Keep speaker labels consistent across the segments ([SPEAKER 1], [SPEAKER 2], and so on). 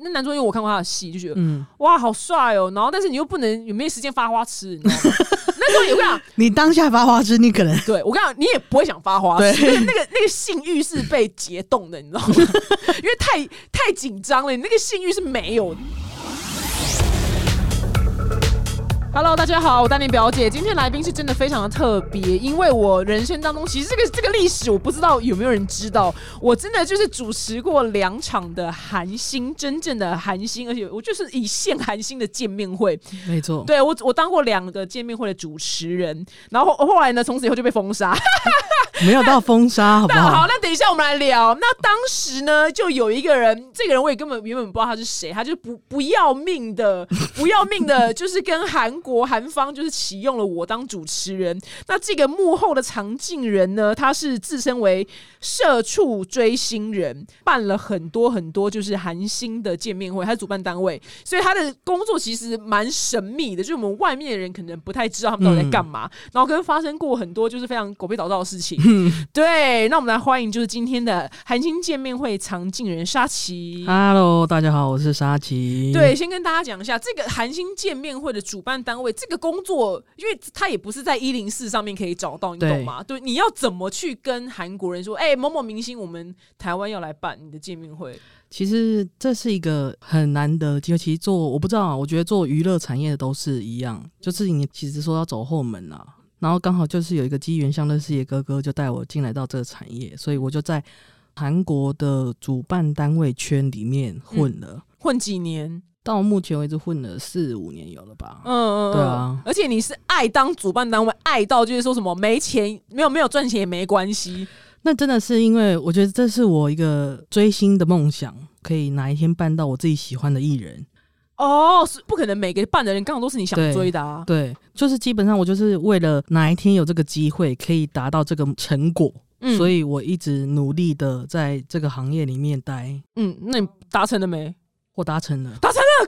[SPEAKER 1] 那男主角因为我看过他的戏，就觉得、
[SPEAKER 2] 嗯，
[SPEAKER 1] 哇好帅哦，然后但是你又不能有没有时间发花痴，你知道吗？ 那时候有个讲，
[SPEAKER 2] 你当下发花痴，你可能
[SPEAKER 1] 对我跟你讲，你也不会想发花痴，
[SPEAKER 2] 对
[SPEAKER 1] 那个那个那个性欲是被解冻的，你知道吗？因为太太紧张了，你那个性欲是没有的。Hello，大家好，我丹尼表姐。今天来宾是真的非常的特别，因为我人生当中其实这个这个历史我不知道有没有人知道，我真的就是主持过两场的韩星，真正的韩星，而且我就是以现韩星的见面会。
[SPEAKER 2] 没错，
[SPEAKER 1] 对我，我当过两个见面会的主持人，然后后后来呢，从此以后就被封杀。
[SPEAKER 2] 没有到封杀，好不
[SPEAKER 1] 那
[SPEAKER 2] 好
[SPEAKER 1] 好，？那等一下我们来聊。那当时呢，就有一个人，这个人我也根本原本不知道他是谁，他就不不要命的， 不要命的，就是跟韩国韩方就是启用了我当主持人。那这个幕后的常进人呢，他是自称为社畜追星人，办了很多很多就是韩星的见面会，他是主办单位，所以他的工作其实蛮神秘的，就是我们外面的人可能不太知道他们到底在干嘛，然后跟发生过很多就是非常狗屁倒灶的事情。对，那我们来欢迎就是今天的韩星见面会常进人沙琪。
[SPEAKER 2] Hello，大家好，我是沙琪。
[SPEAKER 1] 对，，先跟大家讲一下这个韩星见面会的主办单位，这个工作，因为它也不是在一零四上面可以找到，你
[SPEAKER 2] 对
[SPEAKER 1] 懂吗？对，你要怎么去跟韩国人说，哎、某某明星，我们台湾要来办你的见面会？
[SPEAKER 2] 其实这是一个很难得的机会。其实做我不知道啊，我觉得做娱乐产业的都是一样，就是你其实说要走后门啊，然后刚好就是有一个机缘，像认识一个哥哥就带我进来到这个产业，所以我就在韩国的主办单位圈里面混了，
[SPEAKER 1] 混几年？
[SPEAKER 2] 到目前为止混了四五年有了吧。
[SPEAKER 1] 嗯嗯，嗯
[SPEAKER 2] 对啊。
[SPEAKER 1] 而且你是爱当主办单位，爱到就是说什么没钱，没有没有赚钱也没关系。
[SPEAKER 2] 那真的是因为我觉得这是我一个追星的梦想，可以哪一天办到我自己喜欢的艺人。
[SPEAKER 1] 哦，是不可能每个办的人刚好都是你想
[SPEAKER 2] 对
[SPEAKER 1] 追的啊。
[SPEAKER 2] 对，就是基本上我就是为了哪一天有这个机会可以达到这个成果，
[SPEAKER 1] 嗯
[SPEAKER 2] 所以我一直努力的在这个行业里面待，
[SPEAKER 1] 嗯，那你达成了没？
[SPEAKER 2] 我达成了。
[SPEAKER 1] 达成了，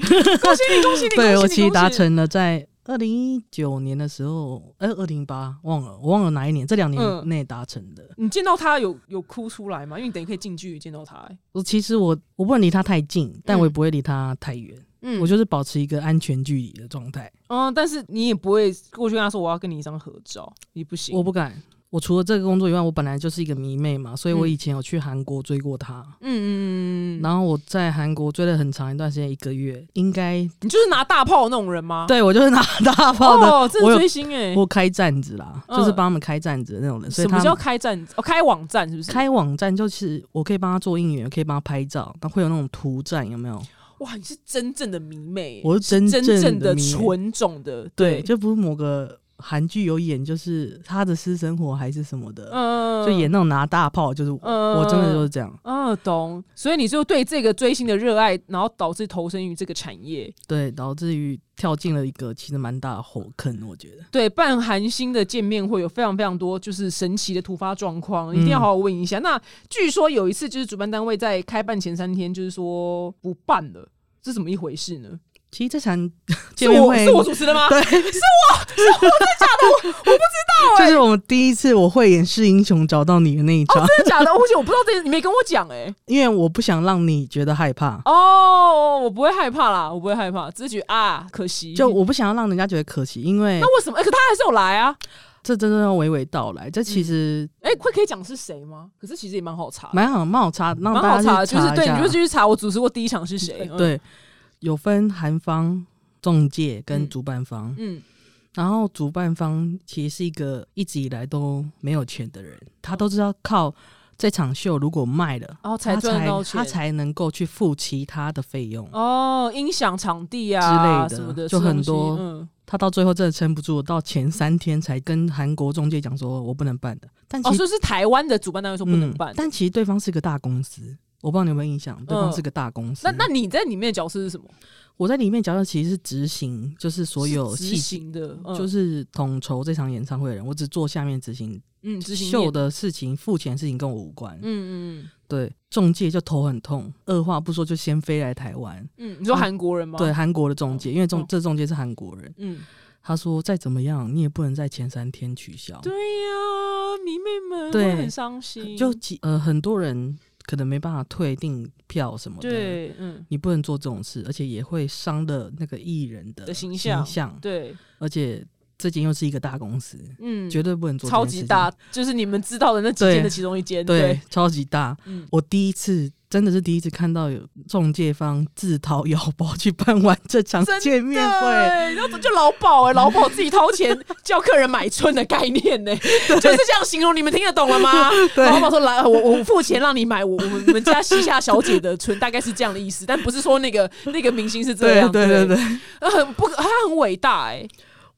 [SPEAKER 1] 恭喜 你，恭喜你，恭喜你！恭喜
[SPEAKER 2] 对我
[SPEAKER 1] 你
[SPEAKER 2] 其实达。
[SPEAKER 1] 恭喜你
[SPEAKER 2] 成了，在二零一九年的时候，呃，二零八忘了，我忘了哪一年，这两
[SPEAKER 1] 嗯
[SPEAKER 2] 年内达成的。
[SPEAKER 1] 你见到他有有哭出来吗？因为你等于可以近距离见到他、欸。
[SPEAKER 2] 我其实我我不能离他太近，但
[SPEAKER 1] 嗯
[SPEAKER 2] 我也不会离他太远，
[SPEAKER 1] 嗯
[SPEAKER 2] 我就是保持一个安全距离的状态。
[SPEAKER 1] 嗯，但是你也不会过去跟他说我要跟你一张合照，也不行。
[SPEAKER 2] 我不敢。我除了这个工作以外，我本来就是一个迷妹嘛，所以我
[SPEAKER 1] 嗯
[SPEAKER 2] 以前有去韩国追过她。
[SPEAKER 1] 嗯嗯嗯嗯嗯，
[SPEAKER 2] 然后我在韩国追了很长一段时间，一个月，应该
[SPEAKER 1] 你就是拿大炮那种人吗？
[SPEAKER 2] 对我就是拿大炮的，
[SPEAKER 1] 哦，真
[SPEAKER 2] 我
[SPEAKER 1] 的
[SPEAKER 2] 有
[SPEAKER 1] 追星哎、
[SPEAKER 2] 我开站子啦，
[SPEAKER 1] 嗯
[SPEAKER 2] 就是帮他们开站子的那种人，所以
[SPEAKER 1] 什
[SPEAKER 2] 他
[SPEAKER 1] 么叫
[SPEAKER 2] 们
[SPEAKER 1] 开站？哦，开网站是不是？
[SPEAKER 2] 开网站就是我可以帮他做应援，可以帮他拍照，那会有那种图站有没有？
[SPEAKER 1] 哇，你是真正的迷妹欸、
[SPEAKER 2] 我是真
[SPEAKER 1] 真正的
[SPEAKER 2] 迷妹
[SPEAKER 1] 纯种的，
[SPEAKER 2] 对，
[SPEAKER 1] 对，
[SPEAKER 2] 就不是某个韩剧有演，就是他的私生活还是什么的，
[SPEAKER 1] 嗯
[SPEAKER 2] 就演那种拿大炮，就是我,、
[SPEAKER 1] 嗯
[SPEAKER 2] 我真的就是这样。
[SPEAKER 1] 嗯，懂。所以你就对这个追星的热爱，然后导致投身于这个产业。
[SPEAKER 2] 对，导致于跳进了一个其实蛮大的火坑，我觉得。
[SPEAKER 1] 对，办韩星的见面会有非常非常多就是神奇的突发状况，一定要
[SPEAKER 2] 嗯
[SPEAKER 1] 好好问一下。那据说有一次就是主办单位在开办前三天就是说不办了，这怎么一回事呢？
[SPEAKER 2] 其实 这场
[SPEAKER 1] 是
[SPEAKER 2] 见面
[SPEAKER 1] 我
[SPEAKER 2] 会
[SPEAKER 1] 是我主持的吗？
[SPEAKER 2] 对，是我，是我，真的假的？我我不知道、
[SPEAKER 1] 哎
[SPEAKER 2] 这是我们第一次我慧眼识英雄找到你的那一场，
[SPEAKER 1] 真的假的？而且我不知道这，你没跟我讲哎、
[SPEAKER 2] 因为我不想让你觉得害怕，
[SPEAKER 1] 哦，我不会害怕啦，我不会害怕，只是觉得啊，可惜。
[SPEAKER 2] 就我不想要让人家觉得可惜，因为
[SPEAKER 1] 那为什么？哎、可他还是有来啊。
[SPEAKER 2] 这真的要娓娓道来。这其实
[SPEAKER 1] 哎、会可以讲是谁吗？可是其实也蛮好查的，
[SPEAKER 2] 蛮好，蛮好查，让
[SPEAKER 1] 蛮
[SPEAKER 2] 大
[SPEAKER 1] 好查
[SPEAKER 2] 家
[SPEAKER 1] 的，
[SPEAKER 2] 去
[SPEAKER 1] 就是
[SPEAKER 2] 一
[SPEAKER 1] 对，你
[SPEAKER 2] 下。
[SPEAKER 1] 就去查我主持过第一场是谁。嗯，
[SPEAKER 2] 对，有分韩方、中介跟
[SPEAKER 1] 嗯
[SPEAKER 2] 主办方，
[SPEAKER 1] 嗯，
[SPEAKER 2] 然后主办方其实是一个一直以来都没有钱的人，他都是要靠这场秀如果卖了。
[SPEAKER 1] 然后才
[SPEAKER 2] 他
[SPEAKER 1] 赚得
[SPEAKER 2] 才
[SPEAKER 1] 到钱，
[SPEAKER 2] 他才能够去付其他的费用。
[SPEAKER 1] 哦，音响、场地啊
[SPEAKER 2] 之类
[SPEAKER 1] 什
[SPEAKER 2] 的
[SPEAKER 1] 么
[SPEAKER 2] 就
[SPEAKER 1] 吃东
[SPEAKER 2] 很
[SPEAKER 1] 西
[SPEAKER 2] 多
[SPEAKER 1] 嗯，
[SPEAKER 2] 他到最后真的撑不住，到前三天才跟韩国中介讲说：“我不能办的。”但其
[SPEAKER 1] 哦，
[SPEAKER 2] 实、
[SPEAKER 1] 所以是台湾的主办单位说不能
[SPEAKER 2] 嗯
[SPEAKER 1] 办。嗯
[SPEAKER 2] 但其实对方是个大公司，我不知道你有没有印象，对方是个大公司。
[SPEAKER 1] 那那你在里面的角色是什么？
[SPEAKER 2] 我在里面讲的其实是执行，就是所有
[SPEAKER 1] 是执
[SPEAKER 2] 细节，
[SPEAKER 1] 行的，嗯
[SPEAKER 2] 就是是统筹这场演唱会的人，我只做下面执行
[SPEAKER 1] 嗯，执行
[SPEAKER 2] 秀
[SPEAKER 1] 面，
[SPEAKER 2] 的事情，付钱的事情跟我无关。
[SPEAKER 1] 嗯嗯
[SPEAKER 2] 对，中介就头很痛，二话不说就先飞来台湾。
[SPEAKER 1] 嗯嗯，你说韩国人吗？
[SPEAKER 2] 对，，韩国的中介，因为中、
[SPEAKER 1] 嗯
[SPEAKER 2] 这中介是韩国人，
[SPEAKER 1] 嗯，
[SPEAKER 2] 他说再怎么样你也不能在前三天取消。
[SPEAKER 1] 对呀，迷妹们
[SPEAKER 2] 对
[SPEAKER 1] 会很伤心，
[SPEAKER 2] 就几呃很多人可能没办法退订票什么的，
[SPEAKER 1] 对，嗯，
[SPEAKER 2] 你不能做这种事，而且也会伤了那个艺人的
[SPEAKER 1] 的形象
[SPEAKER 2] 象，
[SPEAKER 1] 对，
[SPEAKER 2] 而且这间又是一个大公司，
[SPEAKER 1] 嗯，
[SPEAKER 2] 绝对不能做这
[SPEAKER 1] 超
[SPEAKER 2] 件事
[SPEAKER 1] 级
[SPEAKER 2] 情
[SPEAKER 1] 大，，就是你们知道的那几间
[SPEAKER 2] 对
[SPEAKER 1] 的其中一间，
[SPEAKER 2] 对，
[SPEAKER 1] 对，
[SPEAKER 2] 超级大。
[SPEAKER 1] 嗯
[SPEAKER 2] 我第一次真的是第一次看到有中介方自掏腰包去办完这场
[SPEAKER 1] 真的
[SPEAKER 2] 见面会，
[SPEAKER 1] 对，然后就劳保哎、劳保自己掏钱叫客人买春的概念 呢、就是这样形容，你们听得懂了吗？
[SPEAKER 2] 对
[SPEAKER 1] 劳保说来，我我付钱让你买我我们我们家西夏小姐的春，大概是这样的意思，但不是说那个那个明星是这样，
[SPEAKER 2] 对对
[SPEAKER 1] 对
[SPEAKER 2] 对，对
[SPEAKER 1] 呃很不他很伟大哎、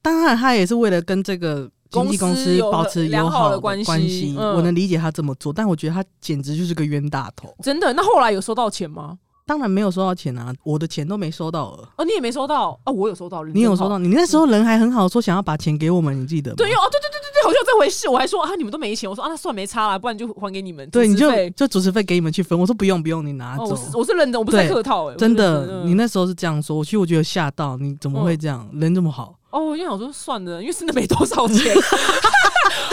[SPEAKER 2] 当然他也是为了跟这个。经纪公
[SPEAKER 1] 公司
[SPEAKER 2] 司
[SPEAKER 1] 有
[SPEAKER 2] 保持
[SPEAKER 1] 良
[SPEAKER 2] 友
[SPEAKER 1] 好的
[SPEAKER 2] 的
[SPEAKER 1] 关系
[SPEAKER 2] 系，
[SPEAKER 1] 嗯
[SPEAKER 2] 我能理解他这么做，但我觉得他简直就是个冤大头。
[SPEAKER 1] 真的。那后来有收到钱吗？
[SPEAKER 2] 当然没有收到钱啊，我的钱都没收到了。
[SPEAKER 1] 哦，你也没收到哦，我有收到，人
[SPEAKER 2] 你有
[SPEAKER 1] 真好
[SPEAKER 2] 收到？你那时候人还很好，说想要把钱给我们，你记得吗？
[SPEAKER 1] 对，因为哦，对对对对对，好像有这回事，我还说啊，你们都没钱，我说啊，那算没差啦，不然就还给你们。
[SPEAKER 2] 对，
[SPEAKER 1] 组
[SPEAKER 2] 你
[SPEAKER 1] 织
[SPEAKER 2] 就
[SPEAKER 1] 费
[SPEAKER 2] 就主持费给你们去分。我说不用不用，你拿
[SPEAKER 1] 哦，
[SPEAKER 2] 走。
[SPEAKER 1] 我是我是认真，我不是在
[SPEAKER 2] 对
[SPEAKER 1] 客套哎、我是
[SPEAKER 2] 真
[SPEAKER 1] 认
[SPEAKER 2] 的，
[SPEAKER 1] 嗯
[SPEAKER 2] 你那时候是这样说，我其实我觉得吓到，你怎么会这样？人这么好，
[SPEAKER 1] 哦，我就想说算了，因为真的没多少钱。 我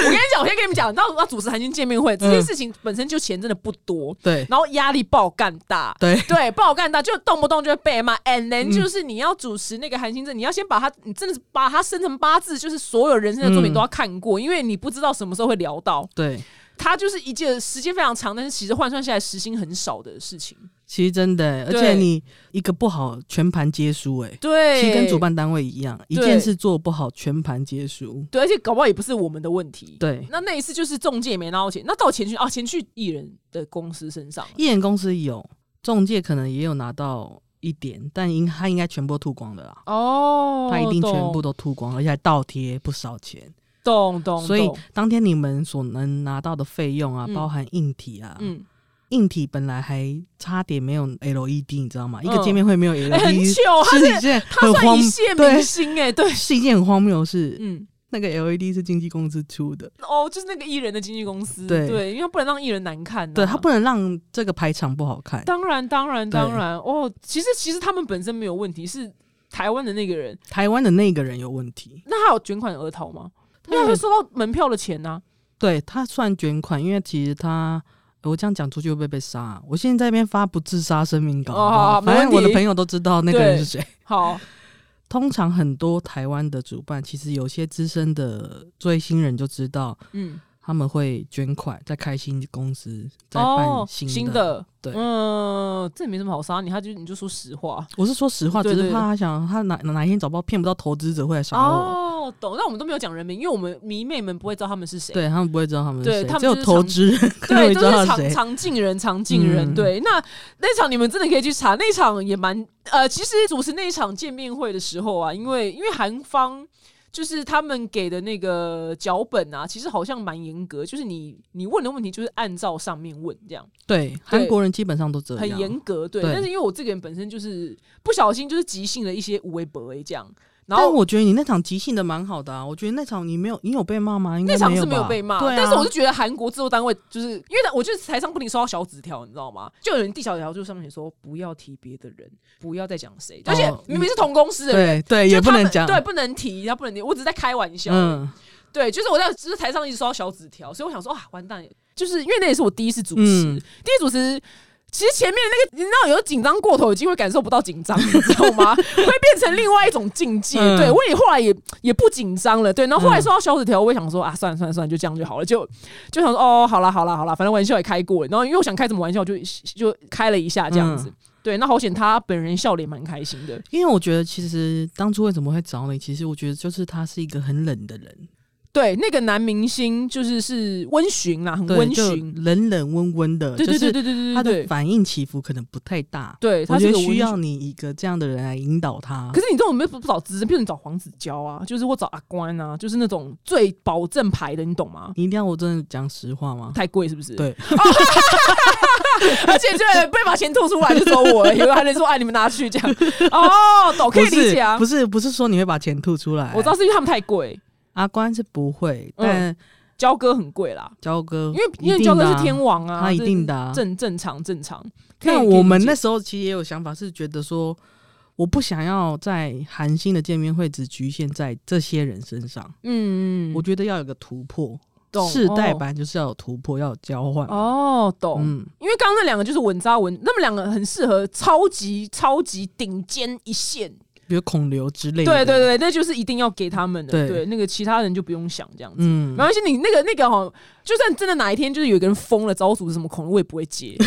[SPEAKER 1] 跟你讲，我先跟你们讲，你知道要主持韩星见面会这
[SPEAKER 2] 嗯
[SPEAKER 1] 件事情本身就钱真的不多，
[SPEAKER 2] 对
[SPEAKER 1] 然后压力爆干大。
[SPEAKER 2] 对
[SPEAKER 1] 对，爆干大就动不动就会被骂，and then、
[SPEAKER 2] 嗯
[SPEAKER 1] 就是你要主持那个韩星证，你要先把他，你真的是把他生成八字，就是所有人生的作品
[SPEAKER 2] 嗯
[SPEAKER 1] 都要看过，因为你不知道什么时候会聊到。
[SPEAKER 2] 对，
[SPEAKER 1] 它就是一件时间非常长，但是其实换算下来时薪很少的事情。
[SPEAKER 2] 其实真的欸、而
[SPEAKER 1] 对
[SPEAKER 2] 且你一个不好，全盘皆输、欸，
[SPEAKER 1] 对
[SPEAKER 2] 其实跟主办单位一样，一
[SPEAKER 1] 对
[SPEAKER 2] 件事做不好，全盘皆输，
[SPEAKER 1] 对，而且搞不好也不是我们的问题。
[SPEAKER 2] 对。
[SPEAKER 1] 那那一次就是中介也没拿到钱，那到钱去啊，钱去艺人的公司身上了。
[SPEAKER 2] 艺人公司有，中介可能也有拿到一点，但应他应该全部都吐光了啦。
[SPEAKER 1] 哦
[SPEAKER 2] 他一定全部都吐光，而且还倒贴不少钱，
[SPEAKER 1] 懂懂，
[SPEAKER 2] 所以
[SPEAKER 1] 懂
[SPEAKER 2] 当天你们所能拿到的费用啊，
[SPEAKER 1] 嗯
[SPEAKER 2] 包含硬体啊，
[SPEAKER 1] 嗯，
[SPEAKER 2] 硬体本来还差点没有 LED，你知道吗？
[SPEAKER 1] 嗯
[SPEAKER 2] 一个见面会没有 LED，、
[SPEAKER 1] 哎 很糗，他
[SPEAKER 2] 是一
[SPEAKER 1] 是
[SPEAKER 2] 件
[SPEAKER 1] 他
[SPEAKER 2] 很
[SPEAKER 1] 算
[SPEAKER 2] 荒
[SPEAKER 1] 一线明
[SPEAKER 2] 对，
[SPEAKER 1] 星哎， 对，
[SPEAKER 2] 是一件很荒谬的事。
[SPEAKER 1] 嗯。
[SPEAKER 2] 那个 LED 是经纪公司出的，
[SPEAKER 1] 哦，就是那个艺人的经纪公司，
[SPEAKER 2] 对
[SPEAKER 1] 因为他不能让艺人难看、啊，
[SPEAKER 2] 对，它不能让这个排场不好看。
[SPEAKER 1] 当然，当然，
[SPEAKER 2] 对
[SPEAKER 1] 当然，哦，其实其实他们本身没有问题，是台湾的那个人，
[SPEAKER 2] 台湾的那个人有问题，
[SPEAKER 1] 那他有卷款而逃吗？因
[SPEAKER 2] 他
[SPEAKER 1] 为他
[SPEAKER 2] 有
[SPEAKER 1] 会收到门票的钱啊呐、
[SPEAKER 2] 对他算捐款，因为其实他。我这样讲出去会不会被杀、我现在在那边发不自杀声明稿，
[SPEAKER 1] 哦
[SPEAKER 2] 好不好
[SPEAKER 1] 好好没
[SPEAKER 2] 反正
[SPEAKER 1] 问
[SPEAKER 2] 我
[SPEAKER 1] 题
[SPEAKER 2] 的朋友都知道那个人是谁。
[SPEAKER 1] 好，
[SPEAKER 2] 通常很多台湾的主办，其实有些资深的追星人就知道，
[SPEAKER 1] 嗯，
[SPEAKER 2] 他们会捐款，再开新公司，再办新
[SPEAKER 1] 哦
[SPEAKER 2] 的。
[SPEAKER 1] 新的，
[SPEAKER 2] 对
[SPEAKER 1] 嗯，这也没什么好杀你，他就你就说实话。
[SPEAKER 2] 我是说实话，
[SPEAKER 1] 对
[SPEAKER 2] 只
[SPEAKER 1] 对
[SPEAKER 2] 是怕他想他哪哪一天找不到骗不到投资者会来杀我，
[SPEAKER 1] 哦，懂。那我们都没有讲人名，因为我们迷妹们不会知道他们是谁。
[SPEAKER 2] 对他们不会知道他们是
[SPEAKER 1] 对
[SPEAKER 2] 谁，
[SPEAKER 1] 他们
[SPEAKER 2] 只有
[SPEAKER 1] 就是
[SPEAKER 2] 投资人可能
[SPEAKER 1] 对，
[SPEAKER 2] 会
[SPEAKER 1] 都
[SPEAKER 2] 知道
[SPEAKER 1] 是
[SPEAKER 2] 他
[SPEAKER 1] 常
[SPEAKER 2] 是谁。
[SPEAKER 1] 常进人，常进人。
[SPEAKER 2] 嗯
[SPEAKER 1] 对，那那场你们真的可以去查，那场也蛮呃，其实主持那一场见面会的时候啊，因为因为韩方。就是他们给的那个脚本啊，其实好像蛮严格，就是你你问的问题就是按照上面问这样。
[SPEAKER 2] 对，韩国人基本上都这样，
[SPEAKER 1] 很严格，对。
[SPEAKER 2] 对
[SPEAKER 1] 但是因为我这个人本身就是不小心就是即兴了一些无为不为这样，然
[SPEAKER 2] 但
[SPEAKER 1] 后
[SPEAKER 2] 我觉得你那场即兴的蛮好的啊，我觉得那场你没有，你有被骂吗？应该
[SPEAKER 1] 那场
[SPEAKER 2] 没
[SPEAKER 1] 是
[SPEAKER 2] 有
[SPEAKER 1] 没有
[SPEAKER 2] 吧
[SPEAKER 1] 被骂，
[SPEAKER 2] 对啊、
[SPEAKER 1] 但是我就觉得韩国制作单位就是因为我就是台上不停收到小纸条，你知道吗？就有人递小纸条，就上面写说不要提别的人，不要再讲谁，而且明明是同公司的人。
[SPEAKER 2] 对哦嗯对
[SPEAKER 1] 就
[SPEAKER 2] 也
[SPEAKER 1] 他
[SPEAKER 2] 不
[SPEAKER 1] 们
[SPEAKER 2] 能讲，
[SPEAKER 1] 对，不能提，他不能提，我只是在开玩笑。
[SPEAKER 2] 嗯，
[SPEAKER 1] 对，就是我在就是台上一直收到小纸条，所以我想说啊，完蛋了，就是因为那也是我第一次主持，
[SPEAKER 2] 嗯
[SPEAKER 1] 第一次主持。其实前面那个，你知道有紧张过头，已经会感受不到紧张， 你知道吗？会变成另外一种境界。
[SPEAKER 2] 嗯
[SPEAKER 1] 对我也后来也也不紧张了，对。然后后来收到小纸条，我也想说啊，算了算了算了，就这样就好了。就就想说哦，好啦好啦好啦，反正玩笑也开过了。然后因为我想开什么玩笑，就就开了一下这样子。
[SPEAKER 2] 嗯
[SPEAKER 1] 对，那好险他本人笑脸蛮开心的。
[SPEAKER 2] 因为我觉得其实当初为什么会找你，其实我觉得就是他是一个很冷的人，
[SPEAKER 1] 对，那个男明星就是是温驯啦，很
[SPEAKER 2] 对
[SPEAKER 1] 温
[SPEAKER 2] 就
[SPEAKER 1] 驯。
[SPEAKER 2] 冷冷温温的，
[SPEAKER 1] 对对对
[SPEAKER 2] 就是
[SPEAKER 1] 对对对，
[SPEAKER 2] 他的
[SPEAKER 1] 对
[SPEAKER 2] 反应起伏可能不太大。
[SPEAKER 1] 对，他
[SPEAKER 2] 我
[SPEAKER 1] 是
[SPEAKER 2] 觉得
[SPEAKER 1] 个文
[SPEAKER 2] 需要
[SPEAKER 1] 学。
[SPEAKER 2] 你一个这样的人来引导他。
[SPEAKER 1] 可是你这种没不不找资深，譬如你找黄子佼啊，就是我找阿关啊，就是那种最保证牌的，你懂吗？
[SPEAKER 2] 你一定要我真的讲实话吗？
[SPEAKER 1] 太贵是不是？ 哦
[SPEAKER 2] 对，
[SPEAKER 1] 而且就不会把钱吐出来就说我了，有的还能说哎你们拿去这样。哦，懂，可以
[SPEAKER 2] 不
[SPEAKER 1] 理
[SPEAKER 2] 是
[SPEAKER 1] 解啊
[SPEAKER 2] 不。是不是说你会把钱吐出来，
[SPEAKER 1] 我知道是因为他们太贵，
[SPEAKER 2] 阿关是不会，
[SPEAKER 1] 嗯
[SPEAKER 2] 但
[SPEAKER 1] 焦哥很贵啦，
[SPEAKER 2] 焦
[SPEAKER 1] 因
[SPEAKER 2] 哥
[SPEAKER 1] 为因为
[SPEAKER 2] 一
[SPEAKER 1] 焦
[SPEAKER 2] 定的
[SPEAKER 1] 哥
[SPEAKER 2] 啊
[SPEAKER 1] 是天王啊，
[SPEAKER 2] 他一
[SPEAKER 1] 这
[SPEAKER 2] 定的啊
[SPEAKER 1] 正正常正常。可以
[SPEAKER 2] 那
[SPEAKER 1] 可以理
[SPEAKER 2] 我们
[SPEAKER 1] 解嗯
[SPEAKER 2] 那时候其实也有想法，是觉得说，我不想要在韩星的见面会只局限在这些人身上，
[SPEAKER 1] 嗯，嗯嗯
[SPEAKER 2] 我觉得要有个突破。
[SPEAKER 1] 懂
[SPEAKER 2] 世代
[SPEAKER 1] 哦
[SPEAKER 2] 版就是要有突破，要有交换。
[SPEAKER 1] 哦，懂。
[SPEAKER 2] 嗯，
[SPEAKER 1] 因为刚刚那两个就是稳扎稳，那么两个很适合超级超级顶尖一线。
[SPEAKER 2] 比如孔刘之类的。
[SPEAKER 1] 对对，对，那就是一定要给他们的。
[SPEAKER 2] 对
[SPEAKER 1] 对，那个其他人就不用想这样子。
[SPEAKER 2] 嗯
[SPEAKER 1] 没，关系，你那个那个哈，就算真的哪一天就是有一个人疯了，找我主持什么恐龙，我也不会接，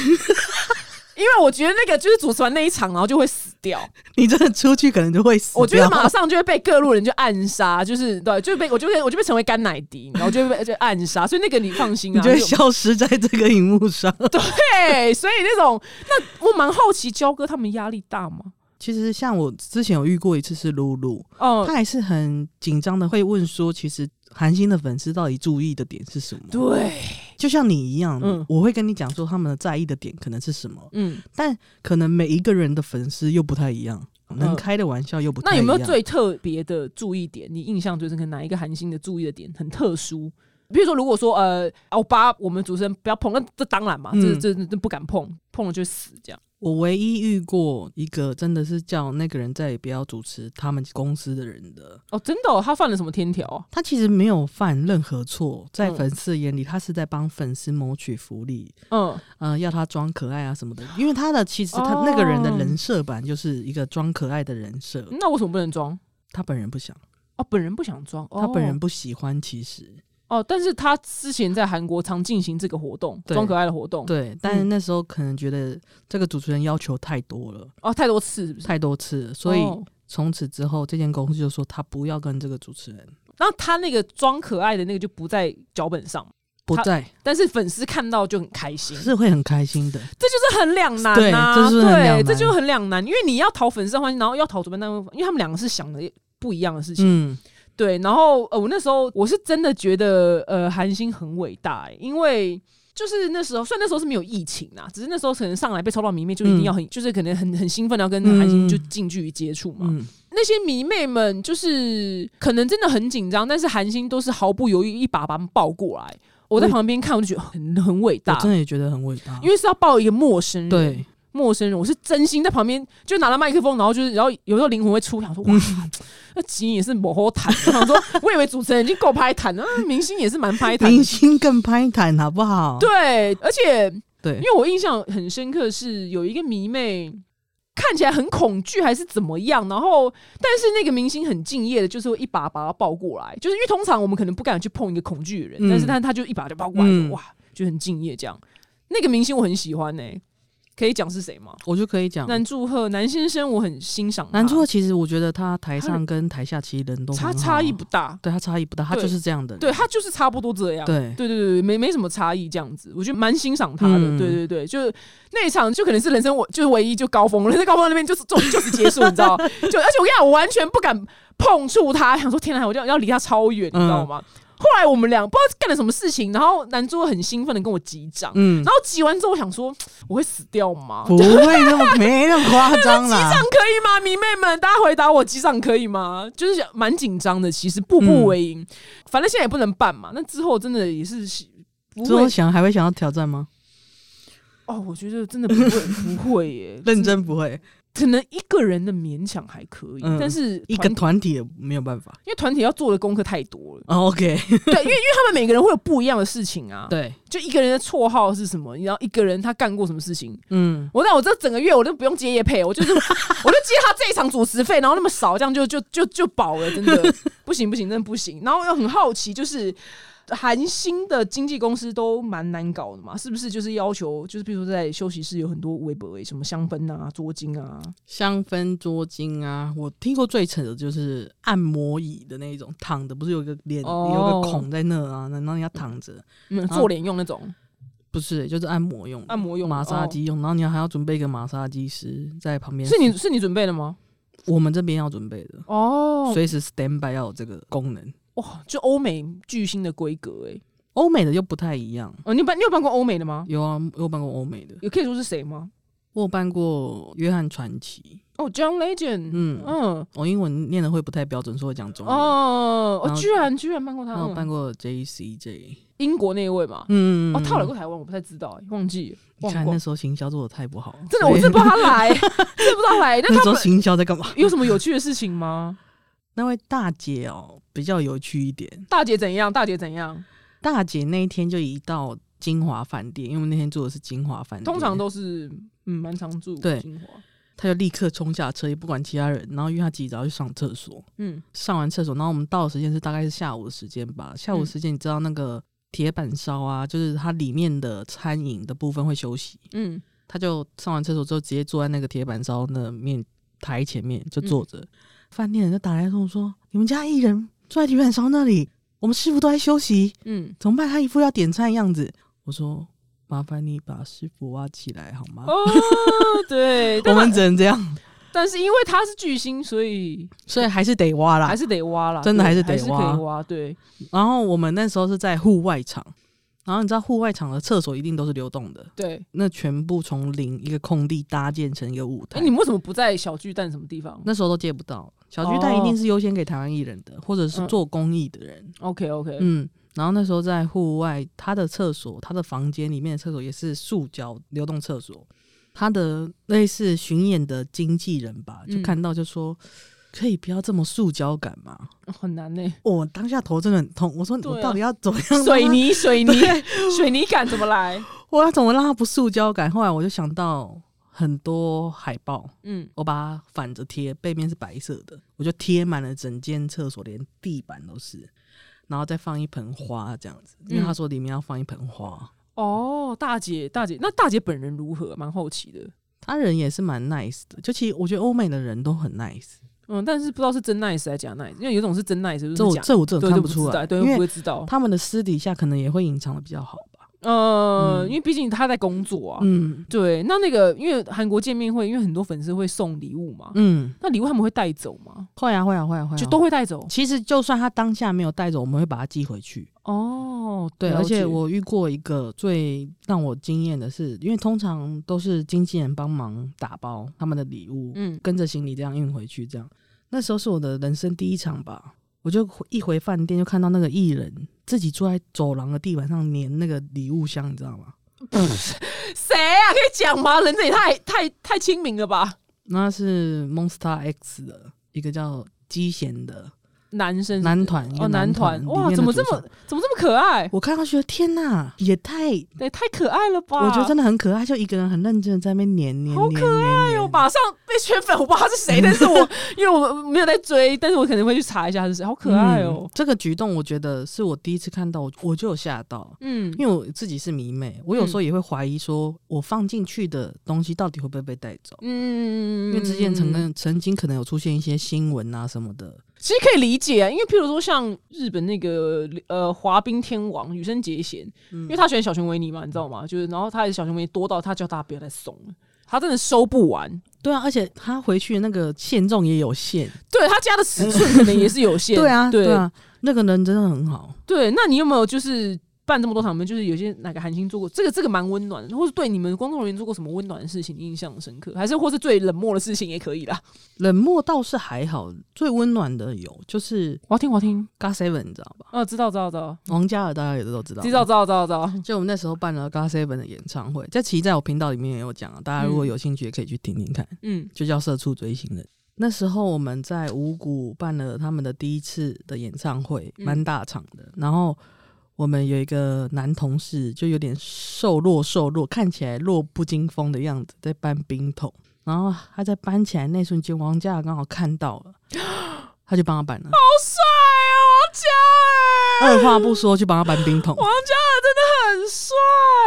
[SPEAKER 1] 因为我觉得那个就是主持完那一场，然后就会死掉。
[SPEAKER 2] 你真的出去可能就会死掉。
[SPEAKER 1] 我觉得马上就会被各路人就暗杀，就是对，就被我就被我就被成为干奶迪，然后就会被就暗杀。所以那个你放心
[SPEAKER 2] 你
[SPEAKER 1] 啊，
[SPEAKER 2] 就会
[SPEAKER 1] 就
[SPEAKER 2] 消失在这个荧 幕上。
[SPEAKER 1] 对，所以那种那我蛮好奇，焦哥他们压力大吗？
[SPEAKER 2] 其实像我之前有遇过一次是露露，
[SPEAKER 1] 哦、
[SPEAKER 2] 她还是很紧张的，会问说，其实韩星的粉丝到底注意的点是什么？
[SPEAKER 1] 对，
[SPEAKER 2] 就像你一样，
[SPEAKER 1] 嗯
[SPEAKER 2] 我会跟你讲说他们的在意的点可能是什么，
[SPEAKER 1] 嗯，
[SPEAKER 2] 但可能每一个人的粉丝又不太一样，能
[SPEAKER 1] 嗯
[SPEAKER 2] 开的玩笑又不太
[SPEAKER 1] 那有
[SPEAKER 2] 一样。
[SPEAKER 1] 没有最特别的注意点？你印象最深刻哪一个韩星的注意的点很特殊？比如说，如果说呃，欧巴，我们主持人不要碰，那这当然嘛，这
[SPEAKER 2] 嗯
[SPEAKER 1] 这这这不敢碰，碰了就死这样。
[SPEAKER 2] 我唯一遇过一个真的是叫那个人再也不要主持他们公司的人的，
[SPEAKER 1] 哦，真的、哦，他犯了什么天条啊？
[SPEAKER 2] 他其实没有犯任何错，在
[SPEAKER 1] 嗯
[SPEAKER 2] 粉丝眼里，他是在帮粉丝谋取福利，
[SPEAKER 1] 嗯，
[SPEAKER 2] 呃，要他装可爱啊什么的。因为他的其实他
[SPEAKER 1] 哦
[SPEAKER 2] 那个人的人设版就是一个装可爱的人设，
[SPEAKER 1] 那为什么不能装？
[SPEAKER 2] 他本人不想，
[SPEAKER 1] 哦，本人不想装，哦、
[SPEAKER 2] 他本人不喜欢。其实
[SPEAKER 1] 哦，但是他之前在韩国常进行这个活动，
[SPEAKER 2] 对
[SPEAKER 1] 装可爱的活动，
[SPEAKER 2] 对，但是
[SPEAKER 1] 嗯
[SPEAKER 2] 那时候可能觉得这个主持人要求太多了，
[SPEAKER 1] 哦，太多次是不是？
[SPEAKER 2] 太多次了，所以
[SPEAKER 1] 哦
[SPEAKER 2] 从此之后，这间公司就说他不要跟这个主持人
[SPEAKER 1] 那他那个装可爱的那个就不在脚本上，
[SPEAKER 2] 不
[SPEAKER 1] 他嗯
[SPEAKER 2] 在，
[SPEAKER 1] 但是粉丝看到就很开心，
[SPEAKER 2] 是会很开心的。
[SPEAKER 1] 这就是很两难
[SPEAKER 2] 对
[SPEAKER 1] 呐、
[SPEAKER 2] 这就是很两
[SPEAKER 1] 对，
[SPEAKER 2] 难
[SPEAKER 1] 这就是很两难，因为你要讨粉丝欢心，然后要讨主办单位，因为他们两个是想的不一样的事情。
[SPEAKER 2] 嗯，
[SPEAKER 1] 对，然后呃，我那时候我是真的觉得呃，韩星很伟大、欸，因为。就是那时候，虽然那时候是没有疫情啊，只是那时候可能上来被抽到迷妹，就一定要很，就是可能很很兴奋，要跟韩星
[SPEAKER 2] 嗯
[SPEAKER 1] 就近距离接触嘛。
[SPEAKER 2] 嗯，
[SPEAKER 1] 那些迷妹们就是可能真的很紧张，但是韩星都是毫不犹豫一把把他们抱过来。我在
[SPEAKER 2] 我
[SPEAKER 1] 旁边看，我就觉得哦很很伟
[SPEAKER 2] 我
[SPEAKER 1] 大，
[SPEAKER 2] 真的也觉得很伟大，
[SPEAKER 1] 因为是要抱一个陌生人，
[SPEAKER 2] 对，
[SPEAKER 1] 陌生人，我是真心在旁边就拿了麦克风，然后就是，然后有时候灵魂会出，想说哇，
[SPEAKER 2] 嗯
[SPEAKER 1] 那吉也是某后谈，啊我想说，我以为主持人已经够拍谈了，啊明星也是蛮拍谈
[SPEAKER 2] 明
[SPEAKER 1] 的。
[SPEAKER 2] 星更拍坦好不好？
[SPEAKER 1] 对，而且
[SPEAKER 2] 对
[SPEAKER 1] 因，为我印象很深刻是有一个迷妹，看起来很恐惧还是怎么样，然后但是那个明星很敬业的，就是会一把把她抱过来，就是因为通常我们可能不敢去碰一个恐惧的人，
[SPEAKER 2] 嗯
[SPEAKER 1] 但是他他就一把就抱过来，
[SPEAKER 2] 嗯
[SPEAKER 1] 哇，就很敬业这样。那个明星我很喜欢呢、欸可以讲是谁吗？
[SPEAKER 2] 我就可以讲。
[SPEAKER 1] 男祝贺男先生，我很欣赏他
[SPEAKER 2] 男主角其实我觉得他台
[SPEAKER 1] 他
[SPEAKER 2] 上跟台下其实人都
[SPEAKER 1] 差
[SPEAKER 2] 很好啊
[SPEAKER 1] 差异不，大，
[SPEAKER 2] 对他差异不大，他
[SPEAKER 1] 对
[SPEAKER 2] 就是这样的人，
[SPEAKER 1] 对他就是差不多这样。
[SPEAKER 2] 对
[SPEAKER 1] 对对对，没没什么差异，这样子，我觉得蛮欣赏他的。
[SPEAKER 2] 嗯
[SPEAKER 1] 对对对，就是那一场，就可能是人生我就是唯一就高峰，人生高峰那边就是就就是结束，你知道？就而且我 跟你讲，我完全不敢碰触他，想说天哪，我就要要离他超远，
[SPEAKER 2] 嗯
[SPEAKER 1] 你知道吗？后来我们俩不知道干了什么事情，然后男主很兴奋的跟我击掌，
[SPEAKER 2] 嗯
[SPEAKER 1] 然，后击完之后，我想说我会死掉吗？
[SPEAKER 2] 不会那么没那么夸 张
[SPEAKER 1] 击
[SPEAKER 2] 啦
[SPEAKER 1] 掌。可以吗，迷妹们？大家回答我，击掌可以吗？就是蛮紧张的，其实步步为营。
[SPEAKER 2] 嗯
[SPEAKER 1] 反正现在也不能办嘛，那之后真的也是不
[SPEAKER 2] 之后
[SPEAKER 1] 会
[SPEAKER 2] 想还会想要挑战吗？
[SPEAKER 1] 哦。我觉得真的不会，不会耶。
[SPEAKER 2] 认真不会，
[SPEAKER 1] 可能一个人的勉强还可以，
[SPEAKER 2] 嗯
[SPEAKER 1] 但是
[SPEAKER 2] 一个
[SPEAKER 1] 团
[SPEAKER 2] 团体也没有办法。
[SPEAKER 1] 因为团体要做的功课太多了，
[SPEAKER 2] 哦 OK，
[SPEAKER 1] 对，因为因为他们每个人会有不一样的事情啊。
[SPEAKER 2] 对，
[SPEAKER 1] 就一个人的绰号是什么？然后一个人他干过什么事情？
[SPEAKER 2] 嗯，
[SPEAKER 1] 我那我这整个月我都不用接业配，我就是我就接他这一场主持费，然后那么少，这样就就就就饱了，真的不行不行，真的不行。然后又很好奇，就是韩星的经纪公司都蛮难搞的嘛，是不是？就是要求，就是比如说在休息室有很多微博，什么香氛啊、捉巾啊，
[SPEAKER 2] 香氛捉巾啊，我听过最扯的就是按摩椅的那一种，躺着不是有一个脸、
[SPEAKER 1] 哦
[SPEAKER 2] 有个孔在那啊，然后你要躺着，
[SPEAKER 1] 嗯，
[SPEAKER 2] 啊
[SPEAKER 1] 做脸用那种
[SPEAKER 2] 不是就是按摩用的哦
[SPEAKER 1] 按摩用的
[SPEAKER 2] 马杀。鸡用，然后你还要准备一个马杀鸡师在旁
[SPEAKER 1] 哦
[SPEAKER 2] 边，
[SPEAKER 1] 是你是你准备的吗？
[SPEAKER 2] 我们这边要准备的，
[SPEAKER 1] 哦，
[SPEAKER 2] 随时 stand by 要有这个功能。
[SPEAKER 1] 哇，就欧美巨星的规格哎、欸，
[SPEAKER 2] 欧美的又不太一样，
[SPEAKER 1] 哦，你有办你有办过欧美的吗？
[SPEAKER 2] 有啊，我有办过欧美的，
[SPEAKER 1] 也可以说是谁吗？
[SPEAKER 2] 我有办过约翰传奇，
[SPEAKER 1] 哦，John Legend，
[SPEAKER 2] 嗯
[SPEAKER 1] 嗯，
[SPEAKER 2] 我英文念的会不太标准，所以我讲中文。
[SPEAKER 1] 哦，
[SPEAKER 2] 嗯然
[SPEAKER 1] 哦，
[SPEAKER 2] 后
[SPEAKER 1] 居然居然办过他，
[SPEAKER 2] 然后
[SPEAKER 1] 嗯
[SPEAKER 2] 我办过 JCJ，
[SPEAKER 1] 英国那一位嘛，
[SPEAKER 2] 嗯，
[SPEAKER 1] 哦，他有来过台湾，我不太知道，哎忘记了
[SPEAKER 2] 你
[SPEAKER 1] 忘
[SPEAKER 2] 看那
[SPEAKER 1] 光，
[SPEAKER 2] 时候行销做的太不好了，
[SPEAKER 1] 真的我
[SPEAKER 2] 所以
[SPEAKER 1] 真的不知道他 来，真的不知道他来，但
[SPEAKER 2] 那
[SPEAKER 1] 他
[SPEAKER 2] 时候
[SPEAKER 1] 们
[SPEAKER 2] 行销在干嘛？
[SPEAKER 1] 有什么有趣的事情吗？
[SPEAKER 2] 那位大姐哦，比较有趣一点。
[SPEAKER 1] 大姐怎样？大姐怎样？
[SPEAKER 2] 大姐那一天就移到金华饭店，因为我们那天住的是金华饭店，
[SPEAKER 1] 通常都是嗯蛮常住
[SPEAKER 2] 对
[SPEAKER 1] 金华，
[SPEAKER 2] 她就立刻冲下车，也不管其他人，然后因为她急着要去上厕所，
[SPEAKER 1] 嗯
[SPEAKER 2] 上完厕所，然后我们到的时间是大概是下午的时间吧。下午
[SPEAKER 1] 嗯
[SPEAKER 2] 时间你知道那个铁板烧啊，就是它里面的餐饮的部分会休息，
[SPEAKER 1] 嗯
[SPEAKER 2] 他就上完厕所之后直接坐在那个铁板烧那面台前面就
[SPEAKER 1] 嗯
[SPEAKER 2] 坐着。饭、店人就打来跟我说：“你们家艺人坐在铁板烧那里，我们师傅都在休息，
[SPEAKER 1] 嗯，
[SPEAKER 2] 怎么办？他一副要点餐的样子。”我说：“麻烦你把师傅挖起来好吗？”
[SPEAKER 1] 哦，对，
[SPEAKER 2] 我
[SPEAKER 1] 但
[SPEAKER 2] 们只能 这样，
[SPEAKER 1] 但是因为他是巨星，所以
[SPEAKER 2] 所以还是得挖啦
[SPEAKER 1] 还。是得挖啦，
[SPEAKER 2] 真的
[SPEAKER 1] 对
[SPEAKER 2] 还
[SPEAKER 1] 还
[SPEAKER 2] 是得
[SPEAKER 1] 是可
[SPEAKER 2] 挖
[SPEAKER 1] 以挖，对，
[SPEAKER 2] 然后我们那时候是在户外场，然后你知道户外场的厕所一定都是流动的，
[SPEAKER 1] 对，
[SPEAKER 2] 那全部从零一个空地搭建成一个舞
[SPEAKER 1] 哎、
[SPEAKER 2] 台。
[SPEAKER 1] 你们为什么不在小巨蛋什么地方
[SPEAKER 2] 那时候都借不到，小巨蛋
[SPEAKER 1] 哦
[SPEAKER 2] 一定是优先给台湾艺人的，或者是
[SPEAKER 1] 嗯
[SPEAKER 2] 做公益的人。
[SPEAKER 1] ？OK OK，
[SPEAKER 2] 嗯然后那时候在户外，他的厕所，他的房间里面的厕所也是塑胶流动厕所。他的类似巡演的经纪人吧，就
[SPEAKER 1] 嗯
[SPEAKER 2] 看到就说。可以不要这么塑胶感吗？哦
[SPEAKER 1] 很难呢、
[SPEAKER 2] 我、当下头真的很痛，我说
[SPEAKER 1] 对啊
[SPEAKER 2] 我到底要怎么样？
[SPEAKER 1] 水 泥水泥
[SPEAKER 2] 对
[SPEAKER 1] 水泥感怎么来？
[SPEAKER 2] 我要怎么让它不塑胶感？后来我就想到很多海报，
[SPEAKER 1] 嗯，
[SPEAKER 2] 我把它反着贴，背面是白色的，我就贴满了整间厕所，连地板都是，然后再放一盆花这样子，因为
[SPEAKER 1] 嗯
[SPEAKER 2] 他说里面要放一盆花。
[SPEAKER 1] 哦，大姐大姐，那大姐本人如何？蛮好奇的。
[SPEAKER 2] 他人也是蛮 nice 的，就其实我觉得欧美的人都很 nice，
[SPEAKER 1] 嗯，但是不知道是真 nice 还是假 nice，因为有种是真 nice，
[SPEAKER 2] 这
[SPEAKER 1] 就是
[SPEAKER 2] 我
[SPEAKER 1] 假，
[SPEAKER 2] 这我真的
[SPEAKER 1] 对，
[SPEAKER 2] 看
[SPEAKER 1] 就
[SPEAKER 2] 不
[SPEAKER 1] 知
[SPEAKER 2] 出来，
[SPEAKER 1] 道，对，
[SPEAKER 2] 因
[SPEAKER 1] 不
[SPEAKER 2] 为
[SPEAKER 1] 会知道。
[SPEAKER 2] 他们的私底下可能也会隐藏的比较好吧。
[SPEAKER 1] 呃，
[SPEAKER 2] 嗯
[SPEAKER 1] 因为毕竟他在工作啊。
[SPEAKER 2] 嗯
[SPEAKER 1] 对，那那个因为韩国见面会，因为很多粉丝会送礼物嘛，
[SPEAKER 2] 嗯，
[SPEAKER 1] 那礼物他们会带走吗？
[SPEAKER 2] 会啊会啊会啊会啊，
[SPEAKER 1] 就都会带走。
[SPEAKER 2] 其实就算他当下没有带走，我们会把它寄回去。
[SPEAKER 1] 哦，
[SPEAKER 2] 对，
[SPEAKER 1] 了
[SPEAKER 2] 而且
[SPEAKER 1] 解
[SPEAKER 2] 我遇过一个最让我惊艳的是，因为通常都是经纪人帮忙打包他们的礼物，
[SPEAKER 1] 嗯
[SPEAKER 2] 跟着行李这样运回去。这样，那时候是我的人生第一场吧，我就回一回饭店就看到那个艺人自己坐在走廊的地板上粘那个礼物箱，你知道吗？
[SPEAKER 1] 谁啊？可以讲吗？人这也太太太亲民了吧？
[SPEAKER 2] 那是 Monster X 的一个叫基贤的
[SPEAKER 1] 男生是
[SPEAKER 2] 男团，一个
[SPEAKER 1] 哦，男
[SPEAKER 2] 团
[SPEAKER 1] 团哇，
[SPEAKER 2] 里面的
[SPEAKER 1] 怎么这
[SPEAKER 2] 主
[SPEAKER 1] 么
[SPEAKER 2] 唱？
[SPEAKER 1] 怎么这么可爱？
[SPEAKER 2] 我看到觉得天哪，也太，
[SPEAKER 1] 对，太可爱了吧？
[SPEAKER 2] 我觉得真的很可爱，就一个人很认真的在那边粘粘
[SPEAKER 1] 好
[SPEAKER 2] 粘
[SPEAKER 1] 可哦
[SPEAKER 2] 粘
[SPEAKER 1] 我
[SPEAKER 2] 粘。
[SPEAKER 1] 马上被圈粉，我不知道他是谁，但是我因为我没有在追，但是我可能会去查一下他是谁，好可爱哦
[SPEAKER 2] 嗯。这个举动我觉得是我第一次看到，我我就有吓到，
[SPEAKER 1] 嗯，
[SPEAKER 2] 因为我自己是迷妹，我有时候也会怀疑说，我放进去的东西到底会不会被带走？
[SPEAKER 1] 嗯
[SPEAKER 2] 因为之前曾跟曾经可能有出现一些新闻啊什么的，
[SPEAKER 1] 其实可以理解啊，因为譬如说像日本那个呃滑冰天王羽生结弦，
[SPEAKER 2] 嗯
[SPEAKER 1] 因为他喜欢小熊维尼嘛，你知道吗？就是然后他的小熊维尼多到他叫大家不要再送了，他真的收不完。
[SPEAKER 2] 对啊，而且他回去的那个限重也有限，
[SPEAKER 1] 对他家的尺寸可能也是有限，
[SPEAKER 2] 对啊，
[SPEAKER 1] 对
[SPEAKER 2] 对啊，那个人真的很好，
[SPEAKER 1] 对，那你有没有就是办这么多场，有没有就是有些哪个韩星做过这个这个蛮温暖的，或是对你们工作人员做过什么温暖的事情你印象深刻，还是或是最冷漠的事情也可以啦。
[SPEAKER 2] 冷漠倒是还好，最温暖的有就是
[SPEAKER 1] 我要听，我要 听。
[SPEAKER 2] God Seven，你知道吧？
[SPEAKER 1] 啊，知道知道知道，
[SPEAKER 2] 王嘉尔大家也都知道，
[SPEAKER 1] 知道知道知道知道。
[SPEAKER 2] 就我们那时候办了 God Seven 的演唱会，这其实在我频道里面也有讲啊，大家如果
[SPEAKER 1] 嗯
[SPEAKER 2] 有兴趣也可以去听听看，
[SPEAKER 1] 嗯
[SPEAKER 2] 就叫《社畜追星人》。那时候我们在五谷办了他们的第一次的演唱会，
[SPEAKER 1] 嗯
[SPEAKER 2] 蛮大场的。然后我们有一个男同事，就有点瘦弱瘦弱，看起来弱不禁风的样子，在搬冰桶。然后他在搬起来那瞬间，王嘉尔刚好看 到了，他就帮他搬了，
[SPEAKER 1] 好帅哦，王嘉尔，
[SPEAKER 2] 二话不说就帮他搬冰桶。
[SPEAKER 1] 王嘉尔真的很帅。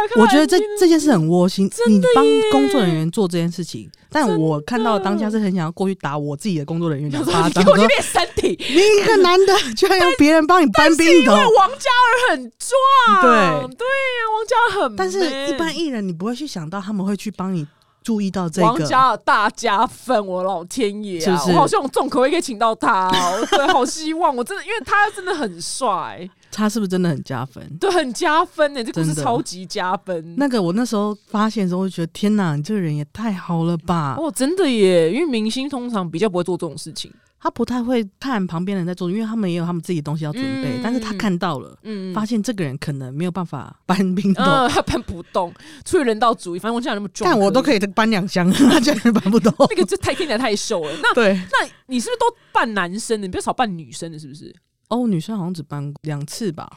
[SPEAKER 1] 看
[SPEAKER 2] 我
[SPEAKER 1] 来
[SPEAKER 2] 觉得这
[SPEAKER 1] 你
[SPEAKER 2] 这件事很窝心，
[SPEAKER 1] 真
[SPEAKER 2] 你
[SPEAKER 1] 的
[SPEAKER 2] 帮
[SPEAKER 1] 耶
[SPEAKER 2] 工作人员做这件事情，但
[SPEAKER 1] 真
[SPEAKER 2] 我看到当下是很想要过去打我自己的工作人员两
[SPEAKER 1] 想
[SPEAKER 2] 巴
[SPEAKER 1] 说
[SPEAKER 2] 掌，
[SPEAKER 1] 你给我
[SPEAKER 2] 说
[SPEAKER 1] 去练身体，
[SPEAKER 2] 你一个男的居然让别人帮你搬冰
[SPEAKER 1] 因
[SPEAKER 2] 桶
[SPEAKER 1] 为。王嘉尔很壮，
[SPEAKER 2] 对
[SPEAKER 1] 对呀，王嘉尔很 man，
[SPEAKER 2] 但是，一般艺人你不会去想到他们会去帮你注意到这
[SPEAKER 1] 王
[SPEAKER 2] 个，
[SPEAKER 1] 嘉尔大加分，我老天爷啊！
[SPEAKER 2] 是不是
[SPEAKER 1] 我好像我重口味可以请到他、 哦，对，好希望我真的，因为他真的很帅，
[SPEAKER 2] 他是不是真的很加分？
[SPEAKER 1] 对，很加分欸呢，这故事
[SPEAKER 2] 真的
[SPEAKER 1] 超级加分。
[SPEAKER 2] 那个我那时候发现的时候，我就觉得天哪，你这个人也太好了吧！
[SPEAKER 1] 哦，真的耶，因为明星通常比较不会做这种事情，
[SPEAKER 2] 他不太会看旁边人在做，因为他们也有他们自己的东西要准备，
[SPEAKER 1] 嗯
[SPEAKER 2] 但是他看到了，
[SPEAKER 1] 嗯，
[SPEAKER 2] 发现这个人可能没有办法搬冰桶，
[SPEAKER 1] 嗯，他搬不动，出于人道主义，反正我这样那么壮，
[SPEAKER 2] 但我都可
[SPEAKER 1] 以。
[SPEAKER 2] 以搬两箱， 他居然搬不动。
[SPEAKER 1] 那个就太听起来太瘦了。那
[SPEAKER 2] 对，
[SPEAKER 1] 那你是不是都扮男生的？你比较少扮女生的，是不是？
[SPEAKER 2] 哦，女生好像只搬过两次吧？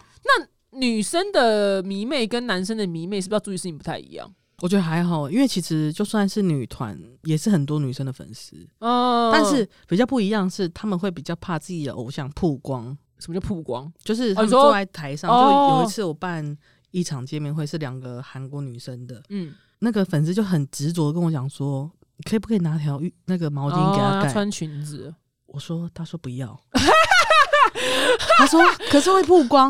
[SPEAKER 1] 女生的迷妹跟男生的迷妹是不是要注意事情不太一样？
[SPEAKER 2] 我觉得还好，因为其实就算是女团，也是很多女生的粉丝，
[SPEAKER 1] 嗯，
[SPEAKER 2] 但是比较不一样是，他们会比较怕自己的偶像曝光，
[SPEAKER 1] 什么叫曝光？
[SPEAKER 2] 就是
[SPEAKER 1] 哦
[SPEAKER 2] 他
[SPEAKER 1] 你
[SPEAKER 2] 们
[SPEAKER 1] 说
[SPEAKER 2] 坐在台上，
[SPEAKER 1] 哦
[SPEAKER 2] 就有一次我办一场见面会，是两个韩国女生的，
[SPEAKER 1] 嗯，
[SPEAKER 2] 那个粉丝就很执着地跟我讲说，你可以不可以拿条浴那个毛
[SPEAKER 1] 我
[SPEAKER 2] 巾给她盖？
[SPEAKER 1] 哦穿裙子，
[SPEAKER 2] 我说，他说不要。 他说：“可是会曝光。”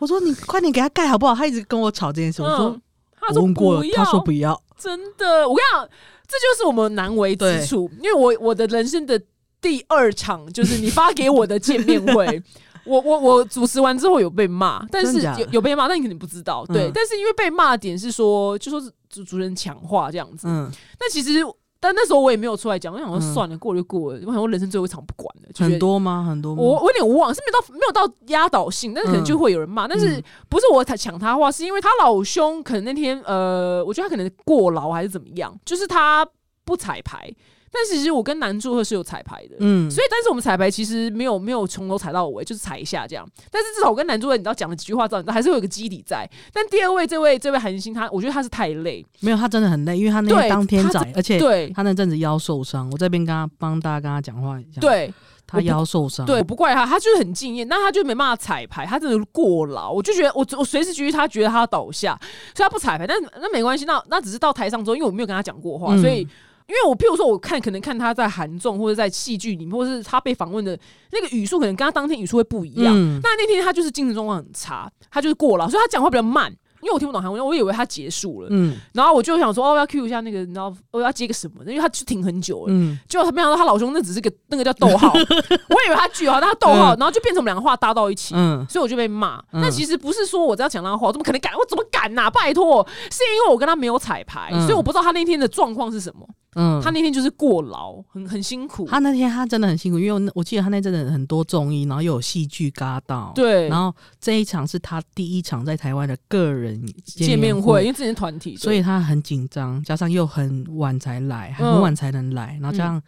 [SPEAKER 2] 我说：“你快点给她盖好不好？”他一直跟我吵这件事。我说
[SPEAKER 1] 嗯，他：“
[SPEAKER 2] 我
[SPEAKER 1] 说
[SPEAKER 2] 问过
[SPEAKER 1] 不
[SPEAKER 2] 了，他
[SPEAKER 1] 要，
[SPEAKER 2] 说不要。
[SPEAKER 1] 真的，我跟你讲，这就是我们难为之处，因为我我的人生的第二场就是你发给我的见面 会。我我我主持完之后有被骂，但是
[SPEAKER 2] 真假
[SPEAKER 1] 有有被骂，但你肯定不知道。对，
[SPEAKER 2] 嗯
[SPEAKER 1] 但是因为被骂的点是说，就说是主主持人强化这样子。
[SPEAKER 2] 嗯，
[SPEAKER 1] 但其实，但那时候我也没有出来讲，我想说
[SPEAKER 2] 嗯
[SPEAKER 1] 算了，过了就过了。我想说人生最后一场不管了，就觉
[SPEAKER 2] 很
[SPEAKER 1] 得
[SPEAKER 2] 多吗？很多吗？
[SPEAKER 1] 我我有点忘，是没有到没有到压倒性，但是可能就会有人骂。但是不是我抢他话，是因为他老兄可能那天呃，我觉得他可能过劳还是怎么样，就是他不彩排。但其实我跟男祝贺是有彩排的。
[SPEAKER 2] 嗯，
[SPEAKER 1] 所以，但是我们彩排其实没有没有从头踩到尾，就是踩一下这样。但是至少我跟男主任，你知道讲了几句话之后，你知道还是会有个基底在。但第二位这位这位韩星，他我觉得他是太累，
[SPEAKER 2] 没有，他真的很累，因为他那
[SPEAKER 1] 对
[SPEAKER 2] 天当天
[SPEAKER 1] 他
[SPEAKER 2] 早，而且
[SPEAKER 1] 对
[SPEAKER 2] 他那阵子腰受伤，我这边跟他帮大家跟他讲话一下，，
[SPEAKER 1] 对，
[SPEAKER 2] 他腰受伤，
[SPEAKER 1] 对，我，不怪他，他就是很敬业，那他就没办法彩排，他真的过劳，我就觉得我我随时觉得他觉得他要倒下，所以他不彩排，但那没关系，那那只是到台上之后，因为我没有跟他讲过话，
[SPEAKER 2] 嗯
[SPEAKER 1] 所以。因为我譬如说，我看可能看他在韩综或者在戏剧里面，或者是他被访问的那个语速，可能跟他当天语速会不一样。
[SPEAKER 2] 嗯
[SPEAKER 1] 那那天他就是精神状况很差，他就是过劳，所以他讲话比较慢。因为我听不懂韩文，我以为他结束了，
[SPEAKER 2] 嗯
[SPEAKER 1] 然后我就想说，哦，要 cue 一下那个，你知道，我、要接个什么的，因为他就停很久了。
[SPEAKER 2] 嗯，
[SPEAKER 1] 结果他没想到他老兄那只是个那个叫逗 号，我以为他句号，但他逗号，然后就变成我们两个话搭到一起。
[SPEAKER 2] 嗯，
[SPEAKER 1] 所以我就被骂，
[SPEAKER 2] 嗯
[SPEAKER 1] 但其实不是说我这样讲他的话，我怎么可能敢？我怎么敢呐、啊拜托，是因为我跟他没有彩排，
[SPEAKER 2] 嗯
[SPEAKER 1] 所以我不知道他那天的状况是什么。
[SPEAKER 2] 嗯，
[SPEAKER 1] 他
[SPEAKER 2] 他
[SPEAKER 1] 那天就是过劳，很很辛苦。
[SPEAKER 2] 他那天他真的很辛苦，因为我那我记得他那阵子很多综艺，然后又有戏剧嘎到，，
[SPEAKER 1] 对
[SPEAKER 2] 然后这一场是他第一场在台湾的个人
[SPEAKER 1] 见面会，因
[SPEAKER 2] 会。
[SPEAKER 1] 为之前是团体，
[SPEAKER 2] 所以他很紧张，加上又很晚才来，
[SPEAKER 1] 嗯
[SPEAKER 2] 很晚才能来，然后加上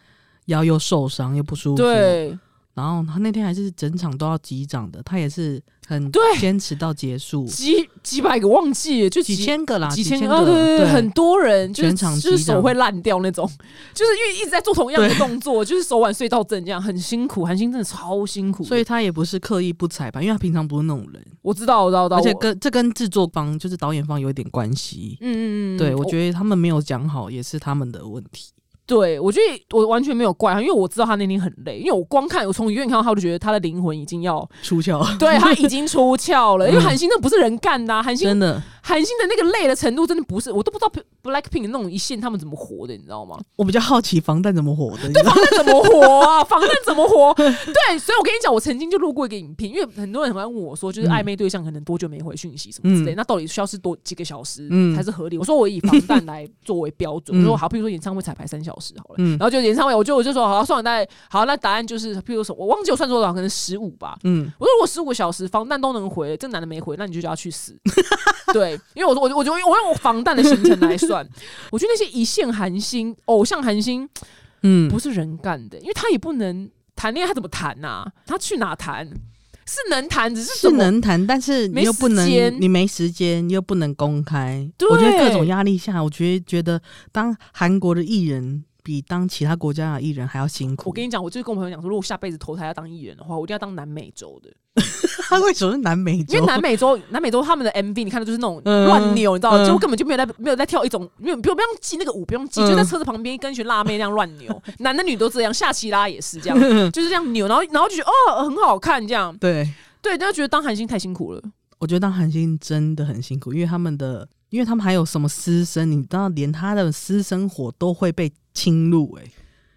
[SPEAKER 2] 腰又受伤又不舒服，
[SPEAKER 1] 对
[SPEAKER 2] 然后他那天还是整场都要击掌的，他也是很
[SPEAKER 1] 对
[SPEAKER 2] 坚持到结束，
[SPEAKER 1] 几几百个忘记了，就
[SPEAKER 2] 几千个啦，
[SPEAKER 1] 几
[SPEAKER 2] 啊几
[SPEAKER 1] 千
[SPEAKER 2] 千
[SPEAKER 1] 个，哦
[SPEAKER 2] 个，
[SPEAKER 1] 对对对，很多人就是
[SPEAKER 2] 全场
[SPEAKER 1] 就是
[SPEAKER 2] 击掌
[SPEAKER 1] 手会烂掉那种，就是因为一直在做同样的动作，就是手腕隧道症这样，很辛苦。韩星真的超辛苦的，
[SPEAKER 2] 所以他也不是刻意不彩排，因为他平常不是那种人，
[SPEAKER 1] 我知道，我知道，我知道。
[SPEAKER 2] 而且
[SPEAKER 1] 我
[SPEAKER 2] 跟这跟制作方就是导演方有一点关系。
[SPEAKER 1] 嗯嗯嗯，
[SPEAKER 2] 对，
[SPEAKER 1] 嗯
[SPEAKER 2] 我觉得他们没有讲好，也是他们的问题。
[SPEAKER 1] 对我觉得我完全没有怪他，因为我知道他那天很累，因为我光看我从医院看到他，我就觉得他的灵魂已经 要
[SPEAKER 2] 出糗，
[SPEAKER 1] 对他已经出窍了，因为
[SPEAKER 2] 嗯
[SPEAKER 1] 韩星那不是人干的、啊，韩星
[SPEAKER 2] 真的，
[SPEAKER 1] 韩星的那个累的程度真的不是，我都不知道 Blackpink 那种一线他们怎么活的，你知道吗？
[SPEAKER 2] 我比较好奇防弹怎么火的，你知道？
[SPEAKER 1] 怎么活啊？防弹怎么 活？对，所以我跟你讲，我曾经就录过一个影片，因为很多人很爱问我说，就是
[SPEAKER 2] 嗯
[SPEAKER 1] 暧昧对象可能多久没回讯息什么之类，
[SPEAKER 2] 嗯
[SPEAKER 1] 那到底消失多几个小时
[SPEAKER 2] 嗯
[SPEAKER 1] 才是合理？我说我以防弹来作为标准，
[SPEAKER 2] 嗯
[SPEAKER 1] 我说好，譬如说演唱会彩排三小时好了，
[SPEAKER 2] 嗯
[SPEAKER 1] 然后就演唱会，我就我就说好，算了，大概好，那答案就是譬如说，我忘记我算多少，可能十五吧。
[SPEAKER 2] 嗯，
[SPEAKER 1] 我说如果十五个小时防弹都能回，这男的没回，那你就叫他去 死。对，因为我说我就我就我用我防弹的行程来 算，我觉得那些一线韩星、偶像韩星，
[SPEAKER 2] 嗯，
[SPEAKER 1] 不是人干的，因为他也不能谈恋爱，他怎么谈呐、他去哪谈？是能谈，只是
[SPEAKER 2] 是
[SPEAKER 1] 怎么
[SPEAKER 2] 能谈，但是
[SPEAKER 1] 没
[SPEAKER 2] 你又不能
[SPEAKER 1] 时间，
[SPEAKER 2] 你没时间，又不能公开。
[SPEAKER 1] 对
[SPEAKER 2] 我觉得各种压力下，我觉得觉得当韩国的艺人比当其他国家的艺人还要辛苦。
[SPEAKER 1] 我跟你讲，我就是跟我朋友讲说，如果我下辈子投胎要当艺人的话，我一定要当南美洲 的，
[SPEAKER 2] 他为什么是南美洲？
[SPEAKER 1] 因为南美洲南美洲他们的 MV 你看到就是那种
[SPEAKER 2] 嗯
[SPEAKER 1] 乱扭，你知道吗？
[SPEAKER 2] 嗯
[SPEAKER 1] 就根本就没有在没有在跳一种，没有不用不用记那个舞，不用记，
[SPEAKER 2] 嗯
[SPEAKER 1] 就在车子旁边跟一群辣妹那样乱 扭，男的女都这样，夏奇拉也是这
[SPEAKER 2] 嗯
[SPEAKER 1] 样，就是这样扭，然后然后就觉得哦很好看这样，
[SPEAKER 2] 对，
[SPEAKER 1] 对，但就觉得当韩星太辛苦了，
[SPEAKER 2] 我觉得当韩星真的很辛苦，因为他们的，因为他们还有什么私生，你知道，连他的私生活都会被侵入、欸。哎，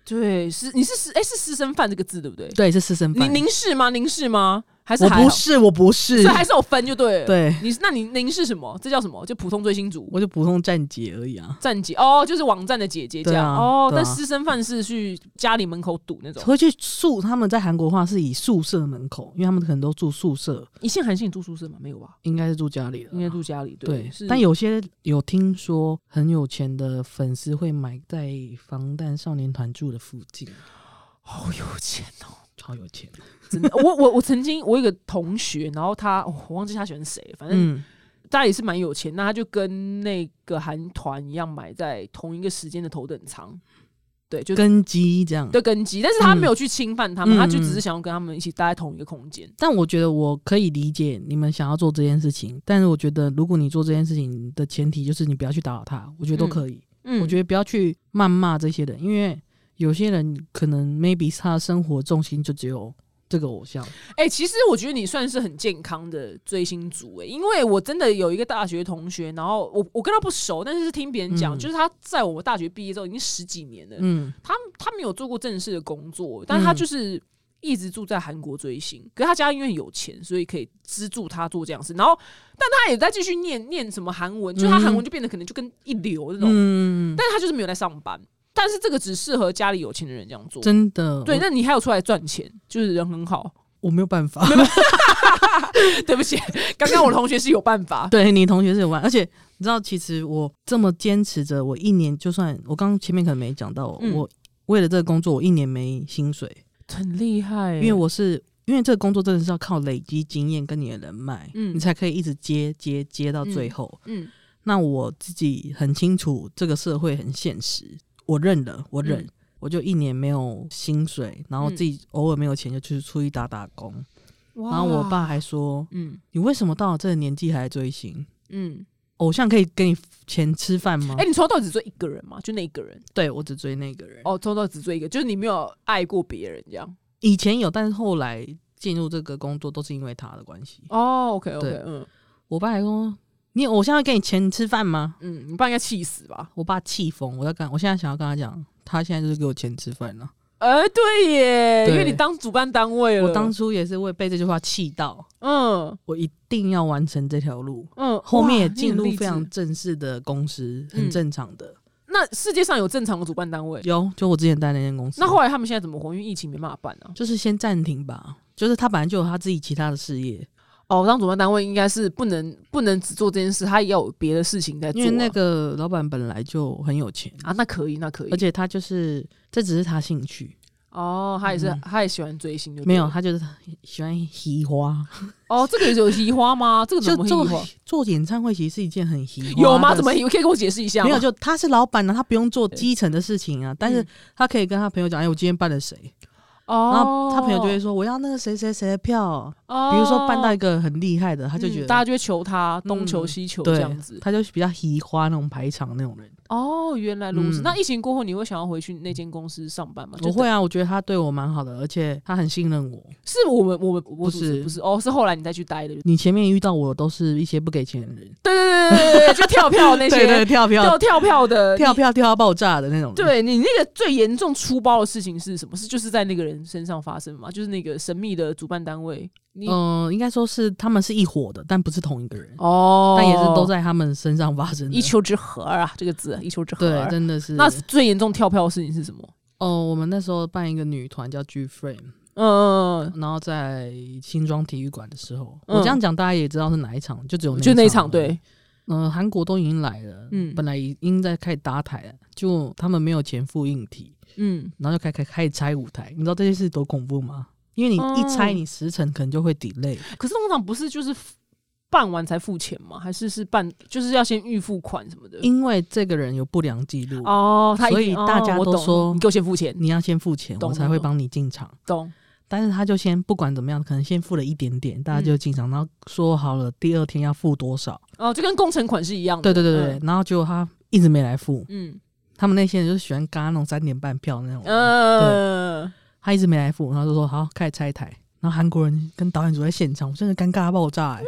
[SPEAKER 1] 对，是你是私哎、是私生饭这个字对不对？
[SPEAKER 2] 对，是私生
[SPEAKER 1] 您
[SPEAKER 2] 饭。
[SPEAKER 1] 您是吗？您是吗？还是
[SPEAKER 2] 我
[SPEAKER 1] 还好
[SPEAKER 2] 不是，我不是
[SPEAKER 1] 所，以还是有分就对了。，
[SPEAKER 2] 对，
[SPEAKER 1] 你那你您是什么？这叫什么？就普通追星族
[SPEAKER 2] 我就普通站姐而已啊。
[SPEAKER 1] 站姐哦，就是网站的姐姐这样、
[SPEAKER 2] 对啊
[SPEAKER 1] 哦。
[SPEAKER 2] 对啊
[SPEAKER 1] 但私生饭是去家里门口堵那种。
[SPEAKER 2] 回去宿，他们在韩国话是以宿舍门口，因为他们可能都住宿舍，
[SPEAKER 1] 一线韩信你住宿舍吗？没有吧？
[SPEAKER 2] 应该是住家里的，
[SPEAKER 1] 应该住家里。
[SPEAKER 2] 呃对
[SPEAKER 1] 是。
[SPEAKER 2] 但有些有听说很有钱的粉丝会买在防弹少年团住的附近，
[SPEAKER 1] 好有钱哦、
[SPEAKER 2] 超有钱，
[SPEAKER 1] 真的， 我我我曾经我有一个同学，然后他、哦我忘记他喜欢谁，反正
[SPEAKER 2] 嗯，
[SPEAKER 1] 大家也是蛮有钱，那他就跟那个韩团一样买在同一个时间的头等舱，对，就
[SPEAKER 2] 根基这样。
[SPEAKER 1] 的根基，但是他没有去侵犯他们，
[SPEAKER 2] 嗯
[SPEAKER 1] 他就只是想要跟他们一起待在同一个空间。
[SPEAKER 2] 但我觉得我可以理解你们想要做这件事情，但是我觉得如果你做这件事情的前提就是你不要去打扰他，我觉得都可以。
[SPEAKER 1] 嗯
[SPEAKER 2] 我觉
[SPEAKER 1] 得
[SPEAKER 2] 得不要去谩骂这些人，因为有些人可能 maybe 他的生活重心就只有这个偶像。，
[SPEAKER 1] 哎、其实我觉得你算是很健康的追星族、哎，因为我真的有一个大学同学，然后我我跟他不熟，但是是听别人讲，
[SPEAKER 2] 嗯
[SPEAKER 1] 就是他在我大学毕业之后已经十几年了，
[SPEAKER 2] 嗯，
[SPEAKER 1] 他他没有做过正式的工作，但他就是一直住在韩国追星。可是他家因为有钱，所以可以资助他做这样的事。然后，但他也在继续念念什么韩文，就他
[SPEAKER 2] 嗯
[SPEAKER 1] 韩文就变得可能就跟一流那种，
[SPEAKER 2] 嗯，
[SPEAKER 1] 但是他就是没有在上班。但是这个只适合家里有钱的人这样做。
[SPEAKER 2] 真的，哦
[SPEAKER 1] 对，
[SPEAKER 2] 我
[SPEAKER 1] 那你还有出来赚钱，就是人很好。
[SPEAKER 2] 我没有办法。
[SPEAKER 1] 对不起，刚刚我的同学是有办法。
[SPEAKER 2] 对你同学是有关，而且你知道，其实我这么坚持着，我一年就算我刚前面可能没讲到，
[SPEAKER 1] 嗯
[SPEAKER 2] 我为了这个工作，我一年没薪水，
[SPEAKER 1] 很厉害欸、
[SPEAKER 2] 因为我是。因为这个工作真的是要靠累积经验跟你的人脉，
[SPEAKER 1] 嗯
[SPEAKER 2] 你才可以一直接接接到最后。
[SPEAKER 1] 嗯
[SPEAKER 2] 那我自己很清楚，这个社会很现实，我认了，我认，
[SPEAKER 1] 嗯
[SPEAKER 2] 我就一年没有薪水，然后
[SPEAKER 1] 嗯
[SPEAKER 2] 自己偶尔没有钱就去出去打打工。
[SPEAKER 1] 哇
[SPEAKER 2] 然后我爸还说
[SPEAKER 1] 嗯：“
[SPEAKER 2] 你为什么到了这个年纪还追星？
[SPEAKER 1] 嗯，
[SPEAKER 2] 偶像可以给你钱吃饭吗？”
[SPEAKER 1] 哎、你从头到尾只追一个人吗？就那一个人？
[SPEAKER 2] 对我只追那个人。
[SPEAKER 1] 哦，从头到尾只追一个，就是你没有爱过别人这样。
[SPEAKER 2] 以前有，但是后来进入这个工作都是因为他的关系。
[SPEAKER 1] 哦，OK OK，
[SPEAKER 2] 对
[SPEAKER 1] 嗯
[SPEAKER 2] 我爸还说：“你偶像要给你钱吃饭吗
[SPEAKER 1] 嗯，你爸应该气死吧？”？
[SPEAKER 2] 我爸气疯，我在跟我现在想要跟他讲，他现在就是给我钱吃饭了、
[SPEAKER 1] 呃，对耶，
[SPEAKER 2] 对
[SPEAKER 1] 因为你当主办单位了，
[SPEAKER 2] 我当初也是为被这句话气到，
[SPEAKER 1] 嗯
[SPEAKER 2] 我一定要完成这条路。
[SPEAKER 1] 嗯，
[SPEAKER 2] 后面
[SPEAKER 1] 哇
[SPEAKER 2] 也进入
[SPEAKER 1] 你很励
[SPEAKER 2] 非常
[SPEAKER 1] 志
[SPEAKER 2] 正式的公司，
[SPEAKER 1] 嗯
[SPEAKER 2] 很正常的。
[SPEAKER 1] 那世界上有正常的主办单位，
[SPEAKER 2] 有，就我之前待那间公司，
[SPEAKER 1] 那后来他们现在怎么活？因为疫情没办法办啊。
[SPEAKER 2] 就是先暂停吧。就是他本来就有他自己其他的事业，
[SPEAKER 1] 哦，当主办单位应该是不能不能只做这件事，他也要有别的事情在做、
[SPEAKER 2] 因
[SPEAKER 1] 啊。
[SPEAKER 2] 为那个老板本来就很有钱，
[SPEAKER 1] 啊，那可以，那可以
[SPEAKER 2] 而。且他就是这只是他兴趣，
[SPEAKER 1] 哦，他也是，
[SPEAKER 2] 嗯
[SPEAKER 1] 他也喜欢追星就对
[SPEAKER 2] 没有
[SPEAKER 1] 了
[SPEAKER 2] 他就是喜欢嘻花，
[SPEAKER 1] 哦，这个有有移花 吗？ 这个怎
[SPEAKER 2] 就
[SPEAKER 1] 么会
[SPEAKER 2] 做
[SPEAKER 1] 移花？
[SPEAKER 2] 做演唱会其实是一件很嘻花的
[SPEAKER 1] 有吗？
[SPEAKER 2] 事
[SPEAKER 1] 怎么移？可以给我解释一下吗？嗯
[SPEAKER 2] 没有，就他是老板啊呢，他不用做基层的事情啊，但是他可以跟他朋友讲，哎，我今天办了谁，然
[SPEAKER 1] 哦
[SPEAKER 2] 后，他朋友就会说，我要那个谁谁谁的票，
[SPEAKER 1] 哦，
[SPEAKER 2] 比如说搬到一个很厉害的，他就
[SPEAKER 1] 嗯
[SPEAKER 2] 觉得
[SPEAKER 1] 大家就会求他东
[SPEAKER 2] 嗯
[SPEAKER 1] 求西求
[SPEAKER 2] 对
[SPEAKER 1] 这样子。
[SPEAKER 2] 他就是比较嘻花那种排场那种人。
[SPEAKER 1] 哦，原来如此。
[SPEAKER 2] 嗯
[SPEAKER 1] 那疫情过后，你会想要回去那间公司上班吗？哦就
[SPEAKER 2] 我会啊，我觉得他对我蛮好的，而且他很信任我。
[SPEAKER 1] 是我们我们我
[SPEAKER 2] 不
[SPEAKER 1] 组织
[SPEAKER 2] 是
[SPEAKER 1] 不是哦，是后来你再去待的。
[SPEAKER 2] 你前面遇到我都是一些不给钱的人，
[SPEAKER 1] 对对对对对对，就跳票那
[SPEAKER 2] 对对，
[SPEAKER 1] 些
[SPEAKER 2] 跳票
[SPEAKER 1] 跳跳票的
[SPEAKER 2] 跳。票跳到爆炸的那种人。
[SPEAKER 1] 你对你那个最严重粗暴的事情是什么？是就是在那个人身上发生吗？就是那个神秘的主办单位，你、
[SPEAKER 2] 嗯、应该说是他们是一伙的，但不是同一个人，
[SPEAKER 1] 哦，
[SPEAKER 2] 但也是都在他们身上发生的。
[SPEAKER 1] 一丘之貉啊，这个字一丘之貉
[SPEAKER 2] 对，
[SPEAKER 1] 儿。
[SPEAKER 2] 真的是。
[SPEAKER 1] 那最严重跳票的事情是什么？
[SPEAKER 2] 哦，我们那时候办一个女团叫 G Frame，
[SPEAKER 1] 嗯嗯，嗯
[SPEAKER 2] 然后在新庄体育馆的时候，
[SPEAKER 1] 嗯
[SPEAKER 2] 我这样讲大家也知道是哪一场，就只有
[SPEAKER 1] 嗯就那一场
[SPEAKER 2] 而已
[SPEAKER 1] 对。
[SPEAKER 2] 嗯、韩国都已经来了，
[SPEAKER 1] 嗯
[SPEAKER 2] 嗯，本来已经在开始搭台了，就他们没有钱付硬体，
[SPEAKER 1] 嗯，
[SPEAKER 2] 然后就开开开始拆舞台，你知道这件事多恐怖吗？因为你
[SPEAKER 1] 哦
[SPEAKER 2] 一拆，你时辰可能就会 delay，、
[SPEAKER 1] 可是通常不是就是办完才付钱吗？还是是办就是要先预付款什么的？
[SPEAKER 2] 因为这个人有不良记录，
[SPEAKER 1] 哦，他一定
[SPEAKER 2] 所以大家
[SPEAKER 1] 哦我懂
[SPEAKER 2] 都说
[SPEAKER 1] 你给我先付钱，
[SPEAKER 2] 你要先付钱，
[SPEAKER 1] 懂
[SPEAKER 2] 我才会帮你进场。
[SPEAKER 1] 懂？
[SPEAKER 2] 但是他就先不管怎么样，可能先付了一点
[SPEAKER 1] 嗯
[SPEAKER 2] 点，大家就进场，然后说好了第二天要付多少。
[SPEAKER 1] 哦，就跟工程款是一样的。
[SPEAKER 2] 对对对对，然后结果他一直没来付，
[SPEAKER 1] 嗯，
[SPEAKER 2] 他们那些人就是喜欢嘎那种三点半票那种
[SPEAKER 1] 嗯，，呃，
[SPEAKER 2] 他一直没来付，然后就说好开始拆台。然后韩国人跟导演组在现场，我真的尴尬到爆炸、欸。
[SPEAKER 1] 这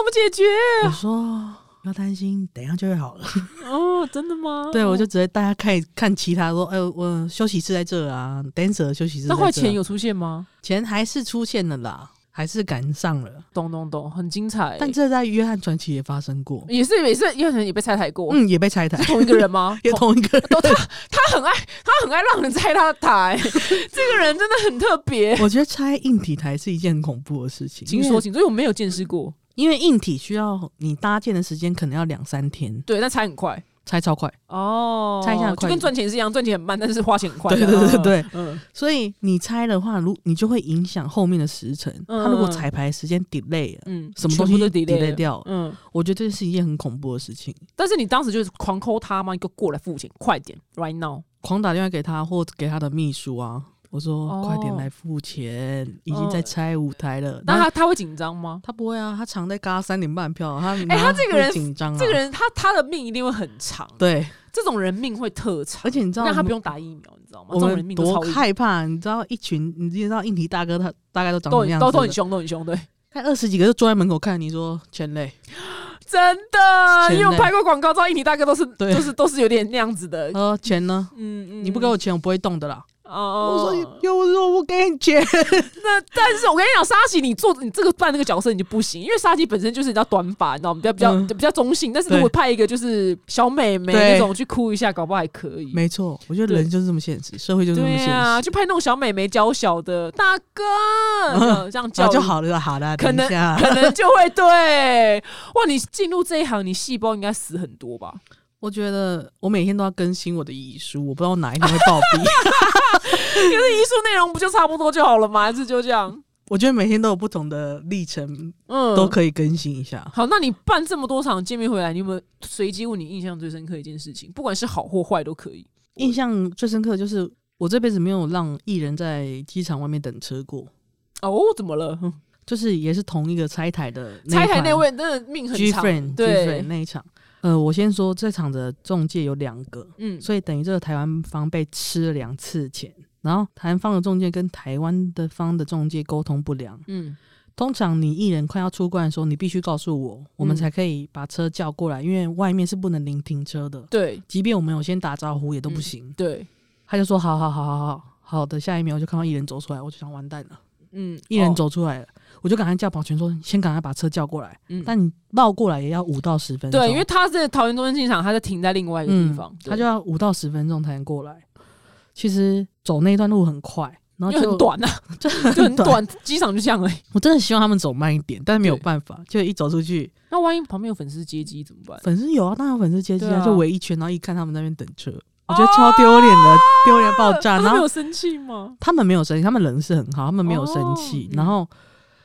[SPEAKER 1] 怎么解决？
[SPEAKER 2] 我说不要担心，等一下就会好 了。
[SPEAKER 1] 哦，真的吗？
[SPEAKER 2] 对，我就直接大家看看其他说，哎、我休息室在这啊，dancer 的休息室在
[SPEAKER 1] 那
[SPEAKER 2] 这、啊。
[SPEAKER 1] 块钱有出现吗？
[SPEAKER 2] 钱还是出现了啦，还是赶上了。
[SPEAKER 1] 懂懂懂，很精彩。
[SPEAKER 2] 但这在约翰传奇也发生过，
[SPEAKER 1] 也是也是，也可能也被拆台过，
[SPEAKER 2] 嗯，也被 拆台，？
[SPEAKER 1] 同一个人吗
[SPEAKER 2] 也同一个人。
[SPEAKER 1] 哦都他他很爱他很爱让人拆他的台，这个人真的很特别。
[SPEAKER 2] 我觉得拆硬体台是一件很恐怖的事情，
[SPEAKER 1] 请
[SPEAKER 2] 因
[SPEAKER 1] 说，
[SPEAKER 2] 为
[SPEAKER 1] 请说，因为我没有见识过。
[SPEAKER 2] 因为硬体需要你搭建的时间可能要两三天，
[SPEAKER 1] 对，但拆很快。
[SPEAKER 2] 猜超快，
[SPEAKER 1] 哦，
[SPEAKER 2] 猜一下
[SPEAKER 1] 就
[SPEAKER 2] 快
[SPEAKER 1] 跟
[SPEAKER 2] 点
[SPEAKER 1] 赚钱是一样，赚钱很慢，但是花钱很快。
[SPEAKER 2] 对对对对对
[SPEAKER 1] 嗯，
[SPEAKER 2] 所以你猜的话，如你就会影响后面的时辰。
[SPEAKER 1] 嗯
[SPEAKER 2] 他如果彩排时间 delay 了，
[SPEAKER 1] 嗯，
[SPEAKER 2] 什么东
[SPEAKER 1] 全
[SPEAKER 2] 西
[SPEAKER 1] 部都 delay
[SPEAKER 2] delay
[SPEAKER 1] 了
[SPEAKER 2] 掉
[SPEAKER 1] 嗯，
[SPEAKER 2] 我觉得这是一件很恐怖的事情。
[SPEAKER 1] 但是你当时就是狂抠他吗？你给我过来付钱，快点，right now。
[SPEAKER 2] 狂打电话给他或给他的秘书啊，我说、
[SPEAKER 1] 哦嗯
[SPEAKER 2] 快点来付钱，已经在拆舞台了。
[SPEAKER 1] 那
[SPEAKER 2] 然后
[SPEAKER 1] 他他会紧张吗？
[SPEAKER 2] 他不会啊，他常在嘎三点半票，他
[SPEAKER 1] 哎他这个人
[SPEAKER 2] 哪会紧张啊，
[SPEAKER 1] 这个人他他的命一定会很长，
[SPEAKER 2] 对，
[SPEAKER 1] 这种人命会特长，
[SPEAKER 2] 而且你知道
[SPEAKER 1] 让他
[SPEAKER 2] 我们
[SPEAKER 1] 不用打疫苗，你知道吗？这
[SPEAKER 2] 我
[SPEAKER 1] 种人
[SPEAKER 2] 们
[SPEAKER 1] 命都超
[SPEAKER 2] 多
[SPEAKER 1] 硬
[SPEAKER 2] 害怕，你知道一群，你知道印尼大哥他大概都长什
[SPEAKER 1] 都
[SPEAKER 2] 么
[SPEAKER 1] 很
[SPEAKER 2] 样
[SPEAKER 1] 都都很
[SPEAKER 2] 子的？
[SPEAKER 1] 凶，都很凶，对，
[SPEAKER 2] 看二十几个就坐在门口看，你说全累，
[SPEAKER 1] 真的，
[SPEAKER 2] 钱
[SPEAKER 1] 因为我
[SPEAKER 2] 呢
[SPEAKER 1] 拍过广告，照印尼大哥都是，
[SPEAKER 2] 对
[SPEAKER 1] 就是都是有点那样子的
[SPEAKER 2] 他，说呃钱呢？
[SPEAKER 1] 嗯嗯，
[SPEAKER 2] 你不给我钱，我不会动的啦。
[SPEAKER 1] 哦，
[SPEAKER 2] 有我说我给你钱，
[SPEAKER 1] 那但是我跟你讲，沙琪，你做你这个扮那个角色你就不行，因为沙琪本身就是你知道短发，你知道吗？比较比较、
[SPEAKER 2] 嗯
[SPEAKER 1] 比较中性，但是如果
[SPEAKER 2] 对
[SPEAKER 1] 派一个就是小美眉
[SPEAKER 2] 对
[SPEAKER 1] 那种去哭一下，搞不好还可以。
[SPEAKER 2] 没错，我觉得
[SPEAKER 1] 对
[SPEAKER 2] 人就是这么现实，社会就是这么
[SPEAKER 1] 对
[SPEAKER 2] 现
[SPEAKER 1] 啊，
[SPEAKER 2] 实，
[SPEAKER 1] 就派那种小美眉娇小的大 哥，
[SPEAKER 2] 嗯
[SPEAKER 1] 这样这样
[SPEAKER 2] 这
[SPEAKER 1] 叫
[SPEAKER 2] 样就。好了啦，好了，
[SPEAKER 1] 可能
[SPEAKER 2] 等一下
[SPEAKER 1] 可能就会对哇！你进入这一行，你细胞应该死很多 吧？
[SPEAKER 2] 我觉得我每天都要更新我的遗书，我不知道哪一天会暴毙。
[SPEAKER 1] 可是医术内容不就差不多就好了吗？还是就这样？
[SPEAKER 2] 我觉得每天都有不同的历程，
[SPEAKER 1] 嗯，
[SPEAKER 2] 都可以更新一下。
[SPEAKER 1] 好，那你办这么多场见面回来，你有没有随机问你印象最深刻的一件事情？不管是好或坏都可以。
[SPEAKER 2] 印象最深刻的就是我这辈子没有让艺人在机场外面等车过，
[SPEAKER 1] 哦，怎么了？
[SPEAKER 2] 就是也是同一个拆台的一
[SPEAKER 1] 拆台
[SPEAKER 2] 款
[SPEAKER 1] 那位真的命很
[SPEAKER 2] G
[SPEAKER 1] 长
[SPEAKER 2] friend G
[SPEAKER 1] 对
[SPEAKER 2] friend 那一场。呃，我先说这场的中介有两个，
[SPEAKER 1] 嗯，
[SPEAKER 2] 所以等于这个台湾方被吃了两次钱，然后台湾方的中介跟台湾的方的中介沟通不良。
[SPEAKER 1] 嗯
[SPEAKER 2] 通常你艺人快要出关的时候，你必须告诉我，我们
[SPEAKER 1] 嗯
[SPEAKER 2] 才可以把车叫过来，因为外面是不能零停车的，
[SPEAKER 1] 对
[SPEAKER 2] 即便我们有先打招呼也都不行。
[SPEAKER 1] 对，
[SPEAKER 2] 他就说好好好好好好的，下一秒我就看到艺人走出来，我就想完蛋了，
[SPEAKER 1] 嗯，
[SPEAKER 2] 艺人
[SPEAKER 1] 哦，
[SPEAKER 2] 走出来了。我就赶快叫保全说，先赶快把车叫过来。
[SPEAKER 1] 嗯
[SPEAKER 2] 但你绕过来也要五到十分钟，
[SPEAKER 1] 对，因为他在桃园中心机场，他在停在另外一个地方，对
[SPEAKER 2] 嗯他就要五到十分钟才能过来。其实走那段路很快，然后
[SPEAKER 1] 因为
[SPEAKER 2] 就
[SPEAKER 1] 很，短 啊，
[SPEAKER 2] 就
[SPEAKER 1] 就很
[SPEAKER 2] 很。
[SPEAKER 1] 短，机场就这样而已。
[SPEAKER 2] 我真的希望他们走慢一点，但是没有
[SPEAKER 1] 对
[SPEAKER 2] 办法，就一走出去，
[SPEAKER 1] 那万一旁边有粉丝接机怎么办？
[SPEAKER 2] 粉丝有啊，当然有粉丝接机
[SPEAKER 1] 对
[SPEAKER 2] 啊，
[SPEAKER 1] 啊
[SPEAKER 2] 就围一圈，然后一看他们在那边等车，我觉得超丢脸的，丢脸爆
[SPEAKER 1] 哦
[SPEAKER 2] 炸。
[SPEAKER 1] 啊他
[SPEAKER 2] 啊然
[SPEAKER 1] 们
[SPEAKER 2] 后
[SPEAKER 1] 有生气吗？
[SPEAKER 2] 他们没有生气，他们人是很好，他们没有生气
[SPEAKER 1] 哦。嗯
[SPEAKER 2] 然后，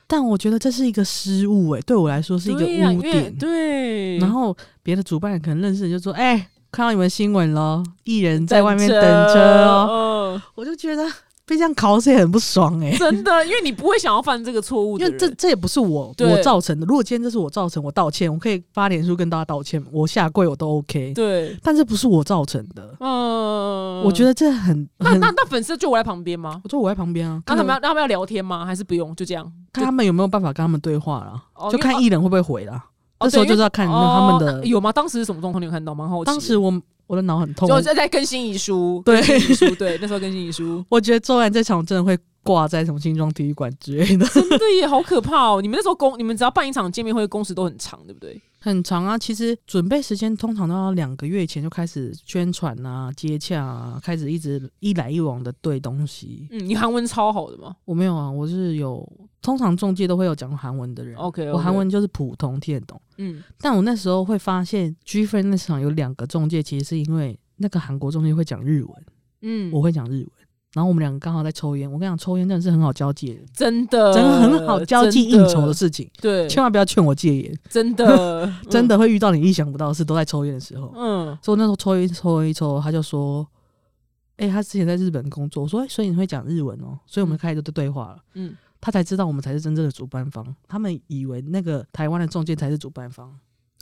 [SPEAKER 2] 但我觉得这是一个失误，哎，对我来说是一个
[SPEAKER 1] 对呀
[SPEAKER 2] 污
[SPEAKER 1] 因为
[SPEAKER 2] 点。
[SPEAKER 1] 对，
[SPEAKER 2] 然后别的主办人可能认识，就说：“哎、看到你们新闻咯，艺人在外面
[SPEAKER 1] 等
[SPEAKER 2] 等车哦。”
[SPEAKER 1] 哦，
[SPEAKER 2] 我就觉得 被这样考试也很不爽哎、
[SPEAKER 1] 真的，因为你不会想要犯这个错误的
[SPEAKER 2] 因为
[SPEAKER 1] 人，
[SPEAKER 2] 这这也不是我
[SPEAKER 1] 对
[SPEAKER 2] 我造成的。如果今天这是我造成，我道歉，我可以发脸书跟大家道歉，我下跪我都 OK。
[SPEAKER 1] 对，
[SPEAKER 2] 但这不是我造成的，
[SPEAKER 1] 嗯，
[SPEAKER 2] 我觉得这 很
[SPEAKER 1] 那
[SPEAKER 2] 很。
[SPEAKER 1] 那那粉丝就围在旁边吗？
[SPEAKER 2] 我说我在旁边啊，
[SPEAKER 1] 那
[SPEAKER 2] 看
[SPEAKER 1] 他们要
[SPEAKER 2] 他们
[SPEAKER 1] 那他们要聊天吗？还是不用？就这样，
[SPEAKER 2] 看他们有没有办法跟他们对话啦，
[SPEAKER 1] 哦
[SPEAKER 2] 就
[SPEAKER 1] 因为
[SPEAKER 2] 看艺人会不会回啦。
[SPEAKER 1] 哦
[SPEAKER 2] 这时候
[SPEAKER 1] 对因为
[SPEAKER 2] 就是要看他们的
[SPEAKER 1] 哦有吗？当时是什么状况？你有看到？蛮好奇的。
[SPEAKER 2] 当时我我的脑很痛，
[SPEAKER 1] 就
[SPEAKER 2] 我
[SPEAKER 1] 在在更新遗书，
[SPEAKER 2] 对，
[SPEAKER 1] 更新遗书，对，那时候更新遗书
[SPEAKER 2] 我觉得做完这场我真的会挂在什么新庄体育馆之类的，
[SPEAKER 1] 真的也好可怕哦！你们那时候工，你们只要办一场见面会，工时都很长，对不对？
[SPEAKER 2] 很长啊。其实准备时间通常都要两个月前就开始宣传啊、接洽啊，开始一直一来一往的对东西。
[SPEAKER 1] 嗯，你韩文超好的嘛
[SPEAKER 2] 我没有啊，我是有，通常中介都会有讲韩文的人。
[SPEAKER 1] ？OK，
[SPEAKER 2] 我韩，文就是普通听得懂，
[SPEAKER 1] 嗯，
[SPEAKER 2] 但我那时候会发现 G f r i e n 那场有两个中介，其实是因为那个韩国中介会讲日文，
[SPEAKER 1] 嗯，
[SPEAKER 2] 我会讲日文，然后我们两个刚好在抽烟。我跟你讲，抽烟真的是很好交际的，
[SPEAKER 1] 真的
[SPEAKER 2] 真的很好交际应酬的，事情，
[SPEAKER 1] 呃真对，嗯
[SPEAKER 2] 千万不要劝我戒烟，
[SPEAKER 1] 真的
[SPEAKER 2] 真，的会遇到你意想不到的事，都在抽烟的时候。
[SPEAKER 1] 嗯
[SPEAKER 2] 所以我那时候抽一抽一抽，他就说：“哎、他之前在日本工作，我说、欸所以你会讲日文哦。”所以我们开始就对话了，
[SPEAKER 1] 嗯，
[SPEAKER 2] 他才知道我们才是真正的主办方，他们以为那个台湾的中介才是主办方。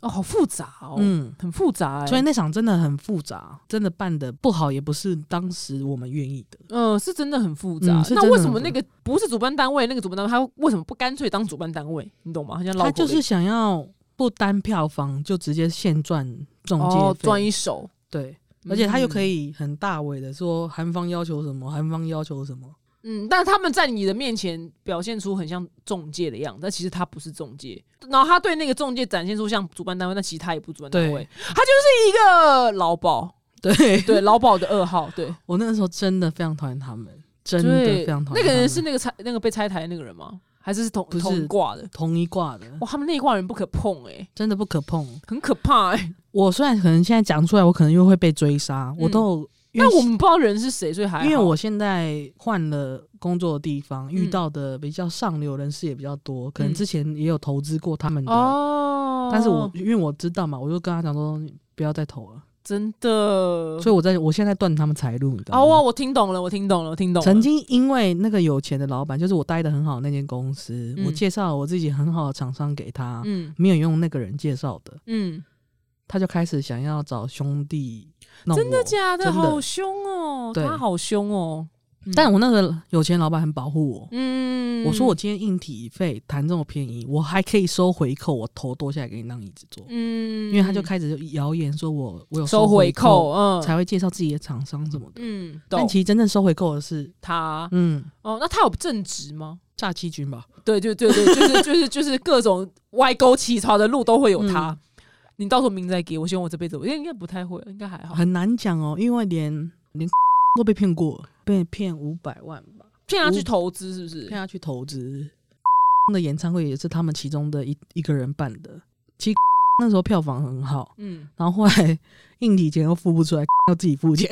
[SPEAKER 1] 哦，好复杂哦，
[SPEAKER 2] 嗯，
[SPEAKER 1] 很复杂欸，
[SPEAKER 2] 所以那场真的很复杂，真的办的不好，也不是当时我们愿意的。
[SPEAKER 1] 嗯，是真的很复杂
[SPEAKER 2] 嗯。是
[SPEAKER 1] 那
[SPEAKER 2] 真的
[SPEAKER 1] 为
[SPEAKER 2] 很
[SPEAKER 1] 什么
[SPEAKER 2] 复
[SPEAKER 1] 那个不是主办单位，那个主办单位他为什么不干脆当主办单位？你懂吗？好像绕
[SPEAKER 2] 他
[SPEAKER 1] 口
[SPEAKER 2] 就
[SPEAKER 1] 令
[SPEAKER 2] 是想要不单票房，就直接现赚中
[SPEAKER 1] 哦
[SPEAKER 2] 介费、
[SPEAKER 1] 赚一嗯手，
[SPEAKER 2] 对。而且他又可
[SPEAKER 1] 以。
[SPEAKER 2] 以很大伟的说韩方要求什么，韩方要求什 么，
[SPEAKER 1] 嗯，但他们在你的面前表现出很像中介的样子，但其实他不是中介。然后他对那个中介展现出像主办单位，但其实他也不是主办单位
[SPEAKER 2] 对，
[SPEAKER 1] 他就是一个劳保，
[SPEAKER 2] 对，
[SPEAKER 1] 对劳保的二号，对，
[SPEAKER 2] 我那个时候真的非常讨厌他们， 真的
[SPEAKER 1] 对
[SPEAKER 2] 非，常讨
[SPEAKER 1] 那
[SPEAKER 2] 厌他们。
[SPEAKER 1] 个人是那个拆那个被拆台的那个人吗？还是是同
[SPEAKER 2] 不是
[SPEAKER 1] 同挂的？
[SPEAKER 2] 同一挂的，
[SPEAKER 1] 哇，他们那一挂人不可碰哎、
[SPEAKER 2] 真的不可碰。
[SPEAKER 1] 很可怕哎、
[SPEAKER 2] 我虽然可能现在讲出来，我可能又会被追杀，我都有因为
[SPEAKER 1] 嗯那我们不知道人是谁，所以还好
[SPEAKER 2] 因为我现在换了工作的地方，遇
[SPEAKER 1] 嗯
[SPEAKER 2] 到的比较上流人士也比较多，可
[SPEAKER 1] 嗯
[SPEAKER 2] 能之前也有投资过他们的，
[SPEAKER 1] 哦，
[SPEAKER 2] 但是我因为我知道嘛，我就跟他讲说你不要再投
[SPEAKER 1] 哦
[SPEAKER 2] 了，
[SPEAKER 1] 真的
[SPEAKER 2] 所以我在我现在断他们财路，你知
[SPEAKER 1] 哦
[SPEAKER 2] 道吗？
[SPEAKER 1] 哇，我听懂了，我听懂了，我听懂了。
[SPEAKER 2] 曾经因为那个有钱的老板，就是我待的很好的那间公司，
[SPEAKER 1] 嗯
[SPEAKER 2] 我介绍我自己很好的厂商给他，
[SPEAKER 1] 嗯
[SPEAKER 2] 没有用那个人介绍的，
[SPEAKER 1] 嗯，
[SPEAKER 2] 他就开始想要找兄弟弄
[SPEAKER 1] 真的
[SPEAKER 2] 我
[SPEAKER 1] 假的？
[SPEAKER 2] 真的
[SPEAKER 1] 好凶哦，
[SPEAKER 2] 对
[SPEAKER 1] 他好凶哦。嗯
[SPEAKER 2] 但我那个有钱老板很保护我，
[SPEAKER 1] 嗯，
[SPEAKER 2] 我说我今天硬体费谈这么便宜，我还可以收回扣，我头剁下来给你当椅子坐。
[SPEAKER 1] 嗯，
[SPEAKER 2] 因为他就开始谣言说我我有
[SPEAKER 1] 收
[SPEAKER 2] 回
[SPEAKER 1] 回扣，嗯
[SPEAKER 2] 才会介绍自己的厂商什么的。
[SPEAKER 1] 嗯，
[SPEAKER 2] 但
[SPEAKER 1] 懂
[SPEAKER 2] 其实真正收回扣的是，
[SPEAKER 1] 他
[SPEAKER 2] 嗯，
[SPEAKER 1] 哦，那他有正职吗？
[SPEAKER 2] 诈欺君吧？
[SPEAKER 1] 对对对对，就是就是就是各种歪沟起槽的路都会有
[SPEAKER 2] 嗯
[SPEAKER 1] 他。你到时候名字再给我，希望我这辈子我应该应该不太会，应该还好。
[SPEAKER 2] 很难讲哦，因为连连 都被骗过，被骗五百万吧，
[SPEAKER 1] 骗他去投资是不是
[SPEAKER 2] 骗？他去投资。的演唱会也是他们其中的一一个人办的，其实 那时候票房很好，
[SPEAKER 1] 嗯，
[SPEAKER 2] 然后后来 硬体钱又付不出来，要自己付 钱，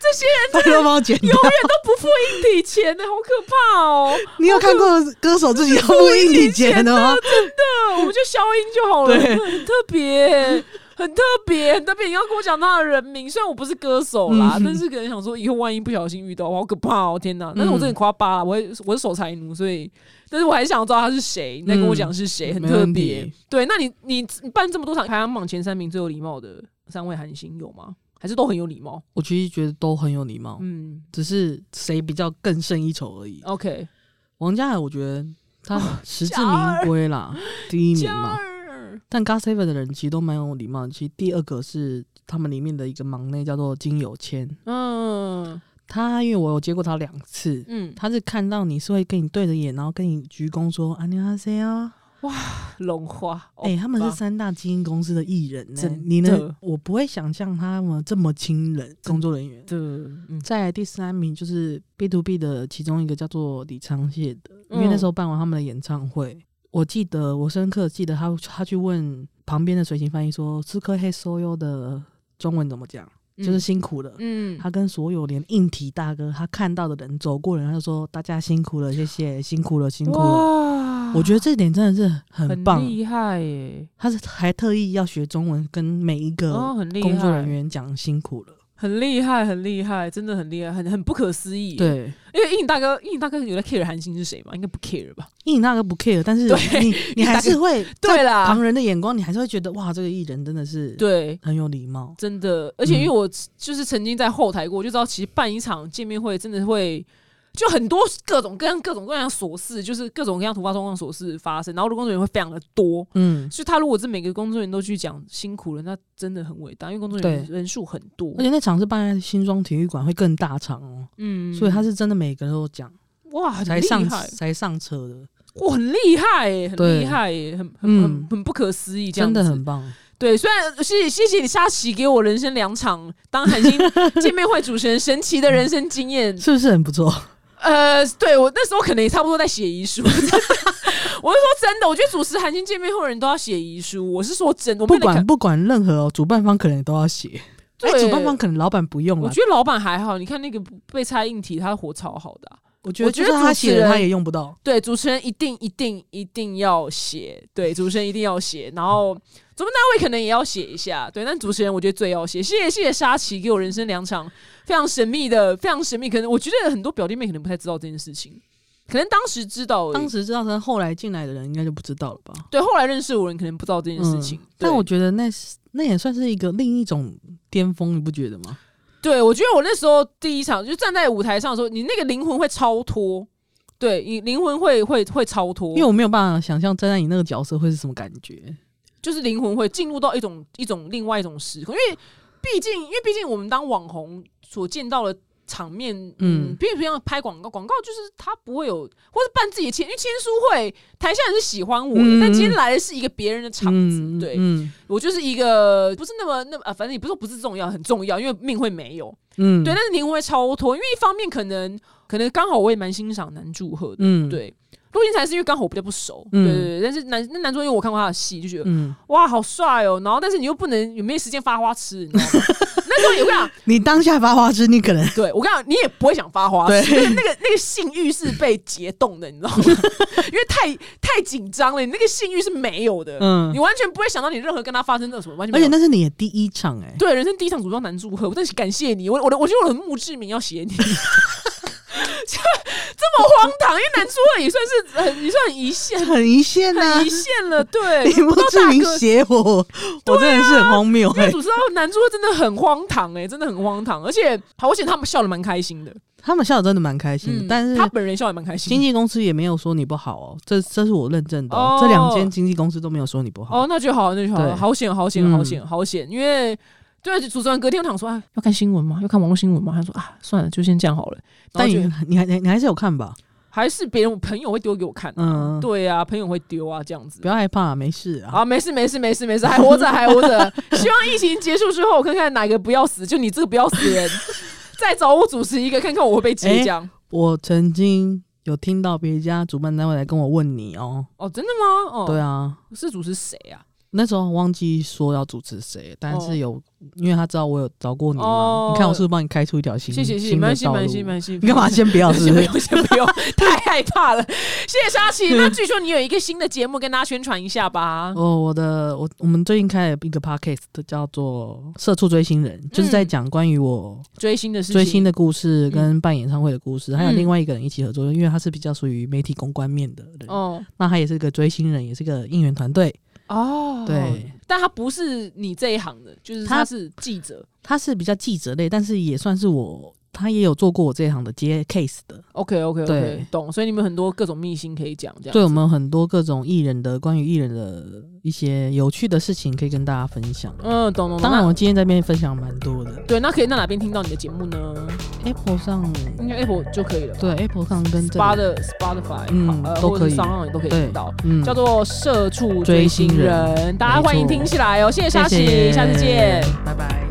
[SPEAKER 1] 这些人
[SPEAKER 2] 他都帮我剪掉。
[SPEAKER 1] 不付硬体钱呢、好可怕哦！
[SPEAKER 2] 你有看过歌手自己要付硬体钱的吗？
[SPEAKER 1] 那我们就消音就好了，
[SPEAKER 2] 对
[SPEAKER 1] 很特别，很特别，很特别。你要跟我讲他的人名，虽然我不是歌手啦，
[SPEAKER 2] 嗯
[SPEAKER 1] 但是可能想说以后万一不小心遇到，我好可怕哦！天哪！但是我真的很夸巴，我也我是守财奴，所以，但是我还是想知道他是谁。你再跟我讲是谁，
[SPEAKER 2] 嗯
[SPEAKER 1] 很
[SPEAKER 2] 没
[SPEAKER 1] 特
[SPEAKER 2] 问
[SPEAKER 1] 别
[SPEAKER 2] 题。
[SPEAKER 1] 对，那你你你办这么多场排行榜前三名最有礼貌的三位韩星有吗？还是都很有礼貌？
[SPEAKER 2] 我其实觉得都很有礼貌，
[SPEAKER 1] 嗯
[SPEAKER 2] 只是谁比较更胜一筹而已。
[SPEAKER 1] ，OK，
[SPEAKER 2] 王嘉尔，我觉得他实至
[SPEAKER 1] 嘉
[SPEAKER 2] 名
[SPEAKER 1] 尔
[SPEAKER 2] 归啦，第一名
[SPEAKER 1] 嘉
[SPEAKER 2] 嘛。
[SPEAKER 1] 儿，
[SPEAKER 2] 但 g o s e v e n 的人其实都蛮有礼貌的。其实第二个是他们里面的一个忙内叫做金有谦，
[SPEAKER 1] 嗯
[SPEAKER 2] 他因为我有接过他两次，
[SPEAKER 1] 嗯，
[SPEAKER 2] 他是看到你是会跟你对着眼，然后跟你鞠躬说“安妮哈塞啊
[SPEAKER 1] 龙花，”。
[SPEAKER 2] 哎、他们
[SPEAKER 1] 欧
[SPEAKER 2] 是
[SPEAKER 1] 巴
[SPEAKER 2] 三大基因公司的艺人呢、
[SPEAKER 1] 哦真
[SPEAKER 2] 你呢
[SPEAKER 1] 的？
[SPEAKER 2] 我不会想象他们这么亲人，工作人员。
[SPEAKER 1] 的，嗯
[SPEAKER 2] 再来第三名就是 B to B 的其中一个叫做李昌燮的，
[SPEAKER 1] 嗯
[SPEAKER 2] 因为那时候办完他们的演唱会，我记得我深刻记得他他去问旁边的随行翻译说“吃颗黑收优”的中文怎么讲，就是辛苦了。
[SPEAKER 1] 嗯，
[SPEAKER 2] 他跟所有连硬体大哥他看到的人走过的人，他就说大家辛苦了，谢谢，辛苦了，辛苦了。
[SPEAKER 1] 哇
[SPEAKER 2] 我觉得这点真的是很棒，
[SPEAKER 1] 厉害耶！
[SPEAKER 2] 他是还特意要学中文，跟每一
[SPEAKER 1] 哦，
[SPEAKER 2] 个
[SPEAKER 1] 很厉害，
[SPEAKER 2] 工作人员讲辛苦了。
[SPEAKER 1] 很厉害，很厉害，真的很厉害，很很不可思议。，
[SPEAKER 2] 对，
[SPEAKER 1] 因为应大哥，应大哥有在 care 韩星是谁吗？应该不 care 吧？
[SPEAKER 2] 你那个不 care，但是
[SPEAKER 1] 对
[SPEAKER 2] 你你还 是会
[SPEAKER 1] 对啦
[SPEAKER 2] 在旁人的眼光，你还是会觉得哇，这个艺人真的是
[SPEAKER 1] 对。
[SPEAKER 2] 很有礼貌。
[SPEAKER 1] 真的，而且因为
[SPEAKER 2] 嗯
[SPEAKER 1] 我就是曾经在后台过，我就知道其实办一场见面会真的会就很多各种各样、各种各样琐事，就是各种各样突发状况琐事发生，然后工作人员会非常的多，
[SPEAKER 2] 嗯，
[SPEAKER 1] 所以他如果是每个工作人员都去讲辛苦了，那真的很伟大，因为工作人员人数很多
[SPEAKER 2] 而，且那场是办在新庄体育馆，会更大场哦，
[SPEAKER 1] 嗯
[SPEAKER 2] 所以他是真的每个人都讲，
[SPEAKER 1] 哇，很
[SPEAKER 2] 才
[SPEAKER 1] 厉
[SPEAKER 2] 上
[SPEAKER 1] 害，
[SPEAKER 2] 才上车的，
[SPEAKER 1] 哇，很厉害耶，很
[SPEAKER 2] 对
[SPEAKER 1] 厉害耶，很很
[SPEAKER 2] 嗯
[SPEAKER 1] 很很不可思议，这样
[SPEAKER 2] 真
[SPEAKER 1] 子
[SPEAKER 2] 的很棒。
[SPEAKER 1] 对。虽然谢谢谢你下棋给我人生两场当 韩星见面会主持人神奇的人生经验，
[SPEAKER 2] 是不是很不错？
[SPEAKER 1] 呃，对我那时候可能也差不多在写遗书。 我是说真的，我觉得主持韩星见面会的人都要写遗书。我是说真的，我
[SPEAKER 2] 不
[SPEAKER 1] 们
[SPEAKER 2] 管不管任何、哦、主办方可能都要写，哎、
[SPEAKER 1] 对
[SPEAKER 2] 主办方可能老板不用啊
[SPEAKER 1] 我
[SPEAKER 2] 了，
[SPEAKER 1] 觉得老板还好，你看那个被拆硬题，他火超好的啊、
[SPEAKER 2] 我觉得
[SPEAKER 1] 我觉
[SPEAKER 2] 就
[SPEAKER 1] 得
[SPEAKER 2] 是他
[SPEAKER 1] 主持
[SPEAKER 2] 写的他
[SPEAKER 1] 人
[SPEAKER 2] 也用不到。
[SPEAKER 1] 对，主持人一定一定一定要写，对，主持人一定要写，然后主办单位可能也要写一下，对，但主持人我觉得最要写。谢谢谢谢沙琪给我人生两场非常神秘的，非常神秘，可能我觉得很多表弟妹可能不太知道这件事情，可能当时知道而已，
[SPEAKER 2] 当时知道，但后来进来的人应该就不知道了吧？
[SPEAKER 1] 对后来认识我的人可能不知道这件事情，
[SPEAKER 2] 嗯
[SPEAKER 1] 对
[SPEAKER 2] 但我觉得那是那也算是一个另一种巅峰，你不觉得吗？
[SPEAKER 1] 对，我觉得我那时候第一场就站在舞台上的时候，你那个灵魂会超脱，对你灵魂会会会超脱，
[SPEAKER 2] 因为我没有办法想象站在你那个角色会是什么感觉。
[SPEAKER 1] 就是灵魂会进入到一种一种另外一种时空，因为毕竟因为毕竟我们当网红所见到的场面，嗯，
[SPEAKER 2] 嗯
[SPEAKER 1] 并不像拍广告，广告就是他不会有，或是办自己的签，因为签书会台下人是喜欢我的，
[SPEAKER 2] 嗯
[SPEAKER 1] 但今天来的是一个别人的场子，
[SPEAKER 2] 嗯
[SPEAKER 1] 对、
[SPEAKER 2] 嗯
[SPEAKER 1] 我就是一个不是那么那么、啊，反正也不是说不是重要，很重要，因为命会没有，
[SPEAKER 2] 嗯，
[SPEAKER 1] 对，但是灵魂会超脱，因为一方面可能可能刚好我也蛮欣赏男祝贺的，
[SPEAKER 2] 嗯，
[SPEAKER 1] 对。陆金才是因为刚好我比较不熟，
[SPEAKER 2] 嗯
[SPEAKER 1] 对对对，但是男那男主因为我看过他的戏，就觉得
[SPEAKER 2] 嗯，
[SPEAKER 1] 哇，好帅哦！然后，但是你又不能有没有时间发花痴，你知道吗？ 那时候也我跟你讲，
[SPEAKER 2] 你当下发花痴，你可能
[SPEAKER 1] 对我跟你讲，你也不会想发花痴，那个那个那个性欲是被解冻的，你知 道吗？因为太太紧张了，你那个性欲是没有的，
[SPEAKER 2] 嗯
[SPEAKER 1] 你完全不会想到你任何跟他发生的什么，完全
[SPEAKER 2] 而
[SPEAKER 1] 没有
[SPEAKER 2] 且。那是你的第一 场哎、
[SPEAKER 1] 对人生第一场组装男祝贺，我真是感谢你，我我的我觉得我的墓志铭要写 你。这这么荒唐，因为男祝贺也算是很也算很一线，
[SPEAKER 2] 很一线呐、
[SPEAKER 1] 很一线了，对，
[SPEAKER 2] 你
[SPEAKER 1] 不
[SPEAKER 2] 不
[SPEAKER 1] 到
[SPEAKER 2] 志
[SPEAKER 1] 大
[SPEAKER 2] 明
[SPEAKER 1] 哥啊
[SPEAKER 2] 写我，我真的是很荒谬
[SPEAKER 1] 因
[SPEAKER 2] 哎、
[SPEAKER 1] 为主持人男主真的很荒唐哎、真的很荒唐，而且好险他们笑的蛮开心的，
[SPEAKER 2] 他们笑得真的蛮开心的，
[SPEAKER 1] 嗯
[SPEAKER 2] 但是
[SPEAKER 1] 他本人笑得蛮开
[SPEAKER 2] 经
[SPEAKER 1] 心的。
[SPEAKER 2] 纪公司也没有说你不好哦，这这是我认证的、
[SPEAKER 1] 哦
[SPEAKER 2] 哦，这两间经纪公司都没有说你不好。
[SPEAKER 1] 哦，那就好，那就好，
[SPEAKER 2] 对
[SPEAKER 1] 好险，好险，
[SPEAKER 2] 嗯
[SPEAKER 1] 好险，好险，因为。对，主持人隔天我想说啊，要看新闻吗？要看网络新闻吗？他说啊，算了，就先这样好了。
[SPEAKER 2] 但
[SPEAKER 1] 但
[SPEAKER 2] 你你还你你还是有看吧？
[SPEAKER 1] 还是别人我朋友会丢给我看、
[SPEAKER 2] 嗯，
[SPEAKER 1] 对啊，朋友会丢啊，这样子
[SPEAKER 2] 不。要害怕，没事啊。
[SPEAKER 1] 啊，没事没事没事没事，还活着还活 着。希望疫情结束之后，我看看哪个不要死，就你这个不要死 人，再找我主持一个，看看我会被接
[SPEAKER 2] 哎
[SPEAKER 1] 这样。
[SPEAKER 2] 我曾经有听到别家主办单位来跟我问你哦，
[SPEAKER 1] 哦，真的吗？哦，
[SPEAKER 2] 对啊，
[SPEAKER 1] 是主持谁啊？
[SPEAKER 2] 那时候忘记说要主持谁，但
[SPEAKER 1] 哦
[SPEAKER 2] 是有，因为他知道我有找过你嘛，
[SPEAKER 1] 哦
[SPEAKER 2] 你看我是不是帮你开出一条新
[SPEAKER 1] 谢谢谢谢，
[SPEAKER 2] 新
[SPEAKER 1] 没关
[SPEAKER 2] 的
[SPEAKER 1] 系，没
[SPEAKER 2] 道路
[SPEAKER 1] 关系，没关系。
[SPEAKER 2] 你干嘛先不要是
[SPEAKER 1] 先
[SPEAKER 2] 不
[SPEAKER 1] 不
[SPEAKER 2] 是？
[SPEAKER 1] 用，先不用，太害怕了。谢谢沙琪。那据说你有一个新的节目跟大家宣传一下吧？
[SPEAKER 2] 哦，我的我我们最近开了一个 podcast，叫做《社畜追星人》，就
[SPEAKER 1] 嗯
[SPEAKER 2] 是在讲关于我
[SPEAKER 1] 追星的事情，
[SPEAKER 2] 追星的故事跟办演唱会的故事，还有
[SPEAKER 1] 嗯
[SPEAKER 2] 另外一个人一起合作，因为他是比较属于媒体公关面的人，
[SPEAKER 1] 哦
[SPEAKER 2] 那他也是个追星人，也是个应援团队。
[SPEAKER 1] 哦，
[SPEAKER 2] 对，
[SPEAKER 1] 但他不是你这一行的，就是
[SPEAKER 2] 他
[SPEAKER 1] 他是记者。
[SPEAKER 2] 他是比较记者类，但是也算是我，他也有做过我这一行的接 case 的。
[SPEAKER 1] OK OK OK，
[SPEAKER 2] 对
[SPEAKER 1] 懂。所以你们很多各种秘辛可以讲，这样
[SPEAKER 2] 对我
[SPEAKER 1] 子
[SPEAKER 2] 们有很多各种艺人的关于艺人的一些有趣的事情可以跟大家分享。
[SPEAKER 1] 嗯，懂懂懂。
[SPEAKER 2] 当然，
[SPEAKER 1] 那
[SPEAKER 2] 我今天在这边分享蛮多的
[SPEAKER 1] 对，那可以在哪边听到你的节目呢？
[SPEAKER 2] ，Apple 上，
[SPEAKER 1] 应该 Apple 就可以了吧。
[SPEAKER 2] 对 Apple 上跟这
[SPEAKER 1] Spa
[SPEAKER 2] 里
[SPEAKER 1] 的 Spotify，
[SPEAKER 2] 嗯
[SPEAKER 1] 呃，
[SPEAKER 2] 都
[SPEAKER 1] 或者
[SPEAKER 2] 可
[SPEAKER 1] 是
[SPEAKER 2] 以
[SPEAKER 1] 商也都可以
[SPEAKER 2] 对
[SPEAKER 1] 听到。
[SPEAKER 2] 嗯
[SPEAKER 1] 叫做《社畜追星人》，大家欢迎听起来哦！谢谢沙琪，
[SPEAKER 2] 谢谢
[SPEAKER 1] 下次见。
[SPEAKER 2] 拜拜。